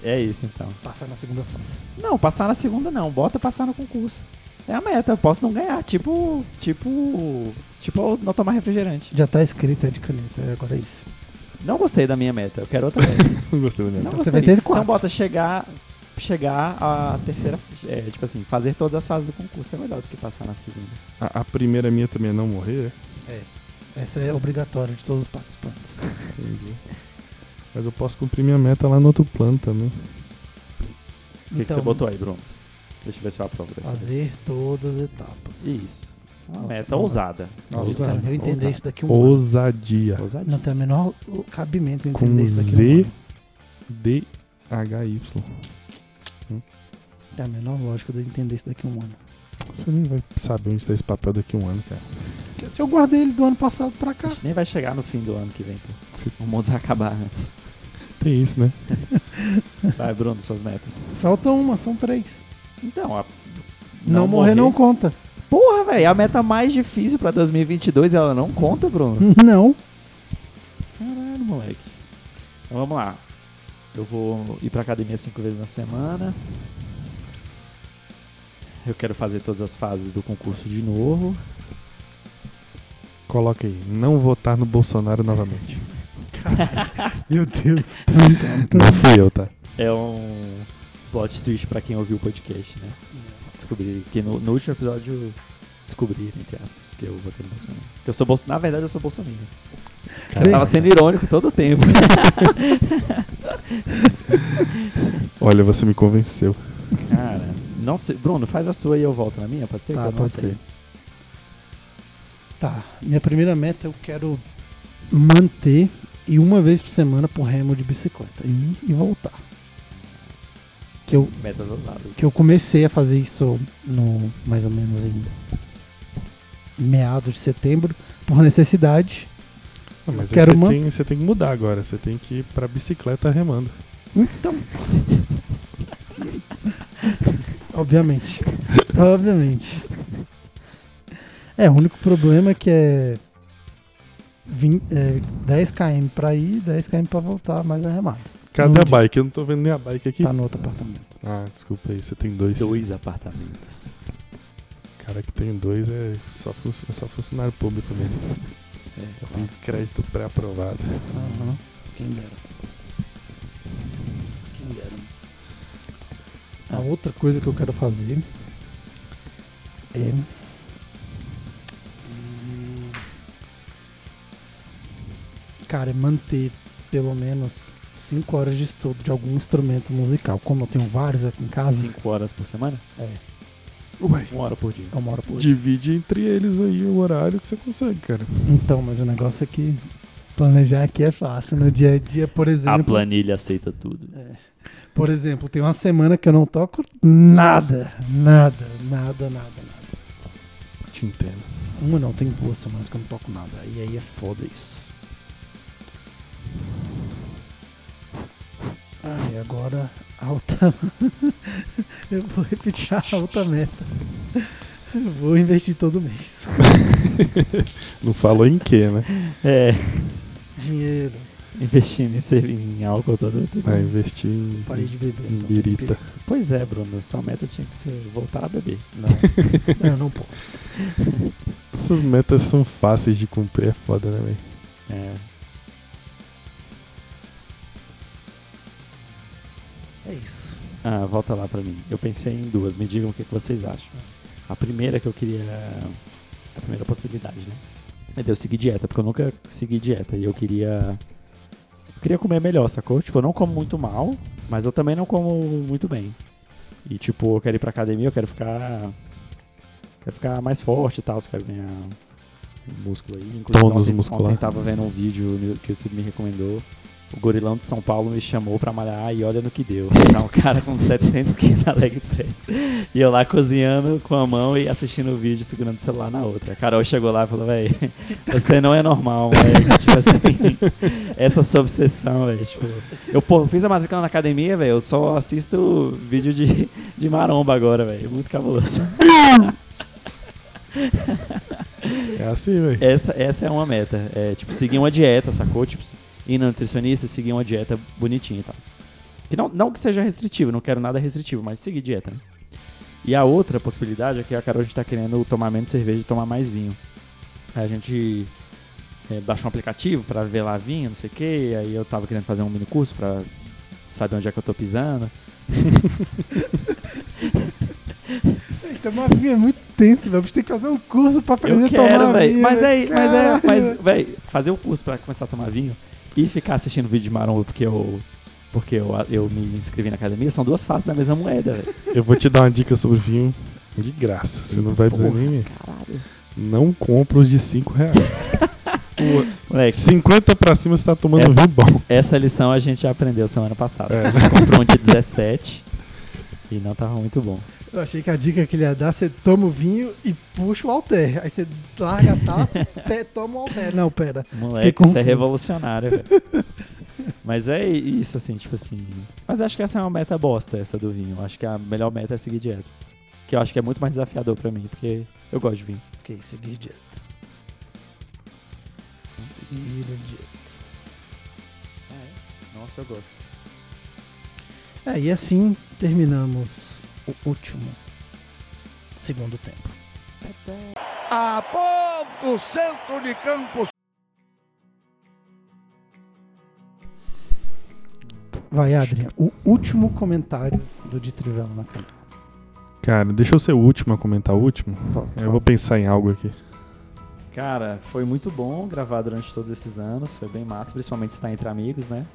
Speaker 2: É isso então.
Speaker 1: Passar na segunda fase.
Speaker 2: Não, passar na segunda não. Bota passar no concurso. É a meta. Eu posso não ganhar. Tipo. Tipo. Tipo, não tomar refrigerante.
Speaker 1: Já tá escrito, é de caneta, agora é isso.
Speaker 2: Não gostei da minha meta. Eu quero outra meta.
Speaker 3: Não gostei da minha
Speaker 2: Não
Speaker 1: Então você
Speaker 2: gostei.
Speaker 1: vai ter quatro.
Speaker 2: então bota chegar. Chegar à terceira. É, tipo assim, fazer todas as fases do concurso é melhor do que passar na segunda.
Speaker 3: A, a primeira minha também é não morrer.
Speaker 1: Essa é obrigatória de todos os participantes.
Speaker 3: entendi. Mas eu posso cumprir minha meta lá no outro plano também.
Speaker 2: O que, que você botou aí, Bruno? Deixa eu ver se eu aprovo dessa vez.
Speaker 1: Então, Fazer todas as etapas.
Speaker 2: Isso. Uma
Speaker 1: Nossa,
Speaker 2: meta
Speaker 1: não.
Speaker 2: ousada.
Speaker 1: Nossa, eu
Speaker 3: Ousado,
Speaker 1: quero ver eu entender
Speaker 2: ousado.
Speaker 1: isso daqui um ano.
Speaker 3: Ousadia.
Speaker 2: Ousadíssima.
Speaker 1: Não tem o menor cabimento eu
Speaker 3: Com
Speaker 1: entender isso daqui um
Speaker 3: Z,
Speaker 1: ano.
Speaker 3: D, H, Y.
Speaker 1: Não Tem a menor lógica de eu entender isso daqui um ano.
Speaker 3: Você nem vai saber onde tá esse papel daqui a um ano, cara.
Speaker 1: Porque se eu guardei ele do ano passado pra
Speaker 2: A
Speaker 1: cá.
Speaker 2: gente nem vai chegar no fim do ano que vem, pô. O mundo vai acabar antes.
Speaker 3: Tem isso, né?
Speaker 2: Vai, Bruno, suas metas.
Speaker 1: Falta uma, são três.
Speaker 2: Então, a...
Speaker 1: Não, morrer não conta.
Speaker 2: Porra, velho, a meta mais difícil pra 2022 ela não conta, Bruno.
Speaker 1: Não.
Speaker 2: Caralho, moleque. Então, vamos lá. Eu vou ir pra academia cinco vezes na semana. Eu quero fazer todas as fases do concurso de novo.
Speaker 3: Coloca aí. Não votar no Bolsonaro novamente.
Speaker 1: Meu Deus. Então.
Speaker 3: não fui eu, tá?
Speaker 2: É um plot twist pra quem ouviu o podcast, né? Descobri que no, no último episódio descobri, entre aspas, que eu votei no Bolsonaro. Que eu sou bolso... Na verdade, eu sou bolsominion. Eu tava sendo irônico todo o tempo.
Speaker 3: Olha, você me convenceu.
Speaker 2: Cara, não sei. Bruno, faz a sua e eu volto na minha, pode ser?
Speaker 1: Tá,
Speaker 2: Que eu não
Speaker 1: pode
Speaker 2: sei.
Speaker 1: ser. Tá. Minha primeira meta eu quero manter e uma vez por semana pro remo de bicicleta. Ir e voltar. Que eu,
Speaker 2: Metas ousadas.
Speaker 1: que eu comecei a fazer isso no mais ou menos em meados de setembro, por necessidade.
Speaker 3: Ah, mas aí
Speaker 1: Quero
Speaker 3: você,
Speaker 1: uma-
Speaker 3: tem, você tem que mudar agora. Você tem que ir pra bicicleta remando.
Speaker 1: Então. Obviamente. Obviamente. É, o único problema é que é, vin- é 10 km pra ir, 10 km pra voltar, mas é remado.
Speaker 3: Cadê a
Speaker 1: Onde?
Speaker 3: bike? Eu não tô vendo nem a bike aqui.
Speaker 1: Tá no outro apartamento.
Speaker 3: Ah, desculpa aí. Você tem dois.
Speaker 2: Dois apartamentos.
Speaker 3: Cara que tem dois é só, funci- é só funcionário público mesmo.
Speaker 2: É, tá
Speaker 3: Tem crédito pré-aprovado.
Speaker 1: Aham. Quem dera. Quem dera. A outra coisa que eu quero fazer é. hum, Cara, é manter pelo menos 5 horas de estudo de algum instrumento musical. Como eu tenho vários aqui em casa,
Speaker 2: Cinco horas por semana?
Speaker 3: Ué,
Speaker 2: Uma hora por dia.
Speaker 1: eu moro por.
Speaker 3: divide entre eles aí o horário que você consegue, cara.
Speaker 1: Então, mas o negócio é que planejar aqui é fácil. No dia a dia, por
Speaker 2: A
Speaker 1: exemplo.
Speaker 2: planilha aceita tudo.
Speaker 1: Por exemplo, tem uma semana que eu não toco nada, nada, nada, nada, nada.
Speaker 3: Te entendo.
Speaker 1: Uma não, tem duas semanas que eu não toco nada. E aí é foda isso. Ah, e agora alta. eu vou repetir a alta meta. Eu Vou investir todo mês.
Speaker 3: Não falou em quê, né?
Speaker 2: É,
Speaker 1: Dinheiro,
Speaker 2: investindo em, ser- em álcool todo.
Speaker 3: Ah, investir em,
Speaker 1: parei de beber.
Speaker 3: em
Speaker 1: então tem que
Speaker 3: birita.
Speaker 2: Pois é, Bruno, sua meta tinha que ser voltar a beber.
Speaker 1: beber. Não, eu não posso.
Speaker 3: Essas metas são fáceis de cumprir, é foda, né, velho?
Speaker 2: É,
Speaker 1: É isso.
Speaker 2: Ah, volta lá pra mim. Eu pensei em duas, me digam o que, que vocês acham. A primeira que eu queria. é A primeira possibilidade, né? É de eu seguir dieta, porque eu nunca segui dieta. E eu queria. Eu queria comer melhor, sacou? Tipo, eu não como muito mal, mas eu também não como muito bem. E, tipo, eu quero ir pra academia, eu quero ficar. Quero ficar mais forte e tal, eu quero ganhar músculo aí. Inclusive,
Speaker 3: Tônus
Speaker 2: ontem,
Speaker 3: muscular.
Speaker 2: ontem tava vendo um vídeo no- que o YouTube me recomendou. O gorilão de São Paulo me chamou pra malhar e olha no que deu. Era um cara com 700 quilos na leg press. E eu lá cozinhando com a mão e assistindo o vídeo, segurando o celular na outra. A Carol chegou lá e falou, véi, você não é normal, velho. tipo assim, essa sua obsessão, velho. Tipo, eu pô, fiz a matrícula na academia, velho, eu só assisto vídeo de, de maromba agora, velho. Muito cabuloso.
Speaker 3: É assim, velho.
Speaker 2: Essa, essa é uma meta. É, tipo, seguir uma dieta, sacou? Tipo, ir na nutricionista e seguir uma dieta bonitinha e tal. Que não, não que seja restritivo, não quero nada restritivo, mas seguir dieta, né? E a outra possibilidade é que a Carol a gente tá querendo tomar menos cerveja e tomar mais vinho. Aí a gente é, baixou um aplicativo pra ver lá vinho, não sei o quê. Aí eu tava querendo fazer um mini curso pra saber onde é que eu tô pisando.
Speaker 1: Então, uma vinha é muito tenso, velho. A gente tem que fazer um curso pra aprender
Speaker 2: Eu
Speaker 1: a tomar
Speaker 2: quero, velho.
Speaker 1: vinho,
Speaker 2: Mas é,
Speaker 1: velho.
Speaker 2: mas é,
Speaker 1: Caralho.
Speaker 2: mas, velho, fazer o curso pra começar a tomar vinho e ficar assistindo vídeo de maromba porque eu, porque eu, eu me inscrevi na academia são duas faces da mesma moeda, velho.
Speaker 3: Eu vou te dar uma dica sobre vinho de graça. Você não vai precisar nem.
Speaker 2: Caralho.
Speaker 3: Não compra os de 5 reais. O-
Speaker 2: Moleque.
Speaker 3: 50 pra cima você tá tomando
Speaker 2: Essa-
Speaker 3: vinho bom.
Speaker 2: Essa lição a gente já aprendeu semana passada.
Speaker 3: É.
Speaker 2: Comprou um de 17 e não tava muito bom.
Speaker 1: Eu achei que a dica que ele ia dar, você toma o vinho e puxa o alter. Aí você larga a taça, pé, toma o alter. Não, pera.
Speaker 2: Moleque,
Speaker 1: Fiquei
Speaker 2: isso é
Speaker 1: confuso.
Speaker 2: revolucionário, velho. Mas é isso, assim, tipo assim. Mas acho que essa é uma meta bosta, essa do vinho. Acho que a melhor meta é seguir dieta. Que eu acho que é muito mais desafiador pra mim, porque eu gosto de vinho.
Speaker 1: Ok, seguir dieta. Seguir dieta.
Speaker 2: Nossa, eu gosto.
Speaker 1: É, e assim terminamos o último segundo tempo.
Speaker 4: A pouco centro de Campos.
Speaker 1: Vai, Adrian, o último comentário do De Trivela na canal.
Speaker 3: Cara, deixa eu ser o último a comentar o último. Eu vou pensar em algo aqui.
Speaker 2: Cara, foi muito bom gravar durante todos esses anos. Foi bem massa, principalmente estar entre amigos, né?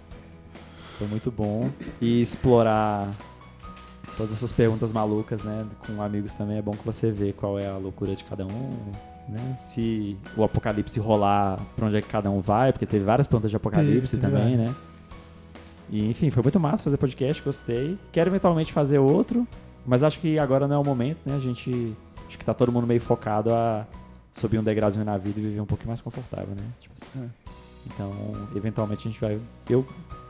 Speaker 2: Foi muito bom. E explorar todas essas perguntas malucas, né? Com amigos também. É bom que você vê qual é a loucura de cada um, né? Se o apocalipse rolar, pra onde é que cada um vai, porque teve várias perguntas de apocalipse também, né? E, enfim, foi muito massa fazer podcast, gostei. Quero eventualmente fazer outro, mas acho que agora não é o momento, né? A gente. Acho que tá todo mundo meio focado a, subir um degrauzinho na vida e viver um pouquinho mais confortável, né? Tipo assim.
Speaker 1: É.
Speaker 2: Então, eventualmente a gente vai. Eu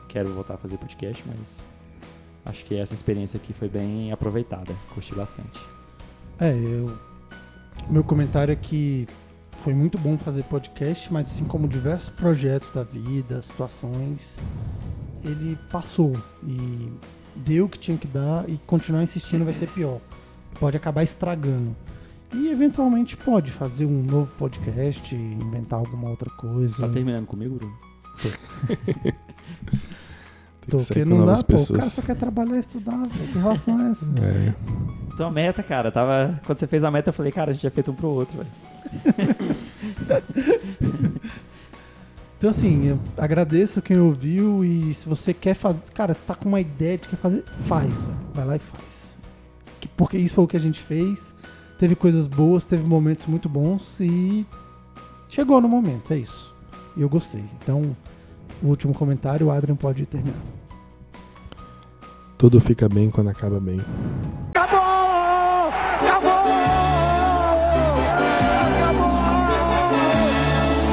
Speaker 2: quero voltar a fazer podcast, mas acho que essa experiência aqui foi bem aproveitada. Curti bastante.
Speaker 1: É, eu. Meu comentário é que foi muito bom fazer podcast, mas assim como diversos projetos da vida, situações, ele passou e deu o que tinha que dar e continuar insistindo vai ser pior. Pode acabar estragando. E eventualmente pode fazer um novo podcast, inventar alguma outra coisa.
Speaker 2: Tá terminando comigo, Bruno?
Speaker 3: Tem que sair
Speaker 1: Porque
Speaker 3: com
Speaker 1: não dá,
Speaker 3: novas
Speaker 1: pô. O cara
Speaker 3: pessoas.
Speaker 1: só quer trabalhar e estudar, velho. Que relação é essa?
Speaker 3: É.
Speaker 2: Tua meta, cara, tava. Quando você fez a meta, eu falei, cara, a gente já feito um pro outro, velho.
Speaker 1: Então, assim, eu agradeço quem ouviu e se você quer fazer. Cara, você tá com uma ideia de quer fazer, faz, velho. Vai lá e faz. Que- Porque isso foi o que a gente fez. Teve coisas boas, teve momentos muito bons e chegou no momento, é isso. E eu gostei. Então, o último comentário, o Adrian pode terminar.
Speaker 3: Tudo fica bem quando acaba bem.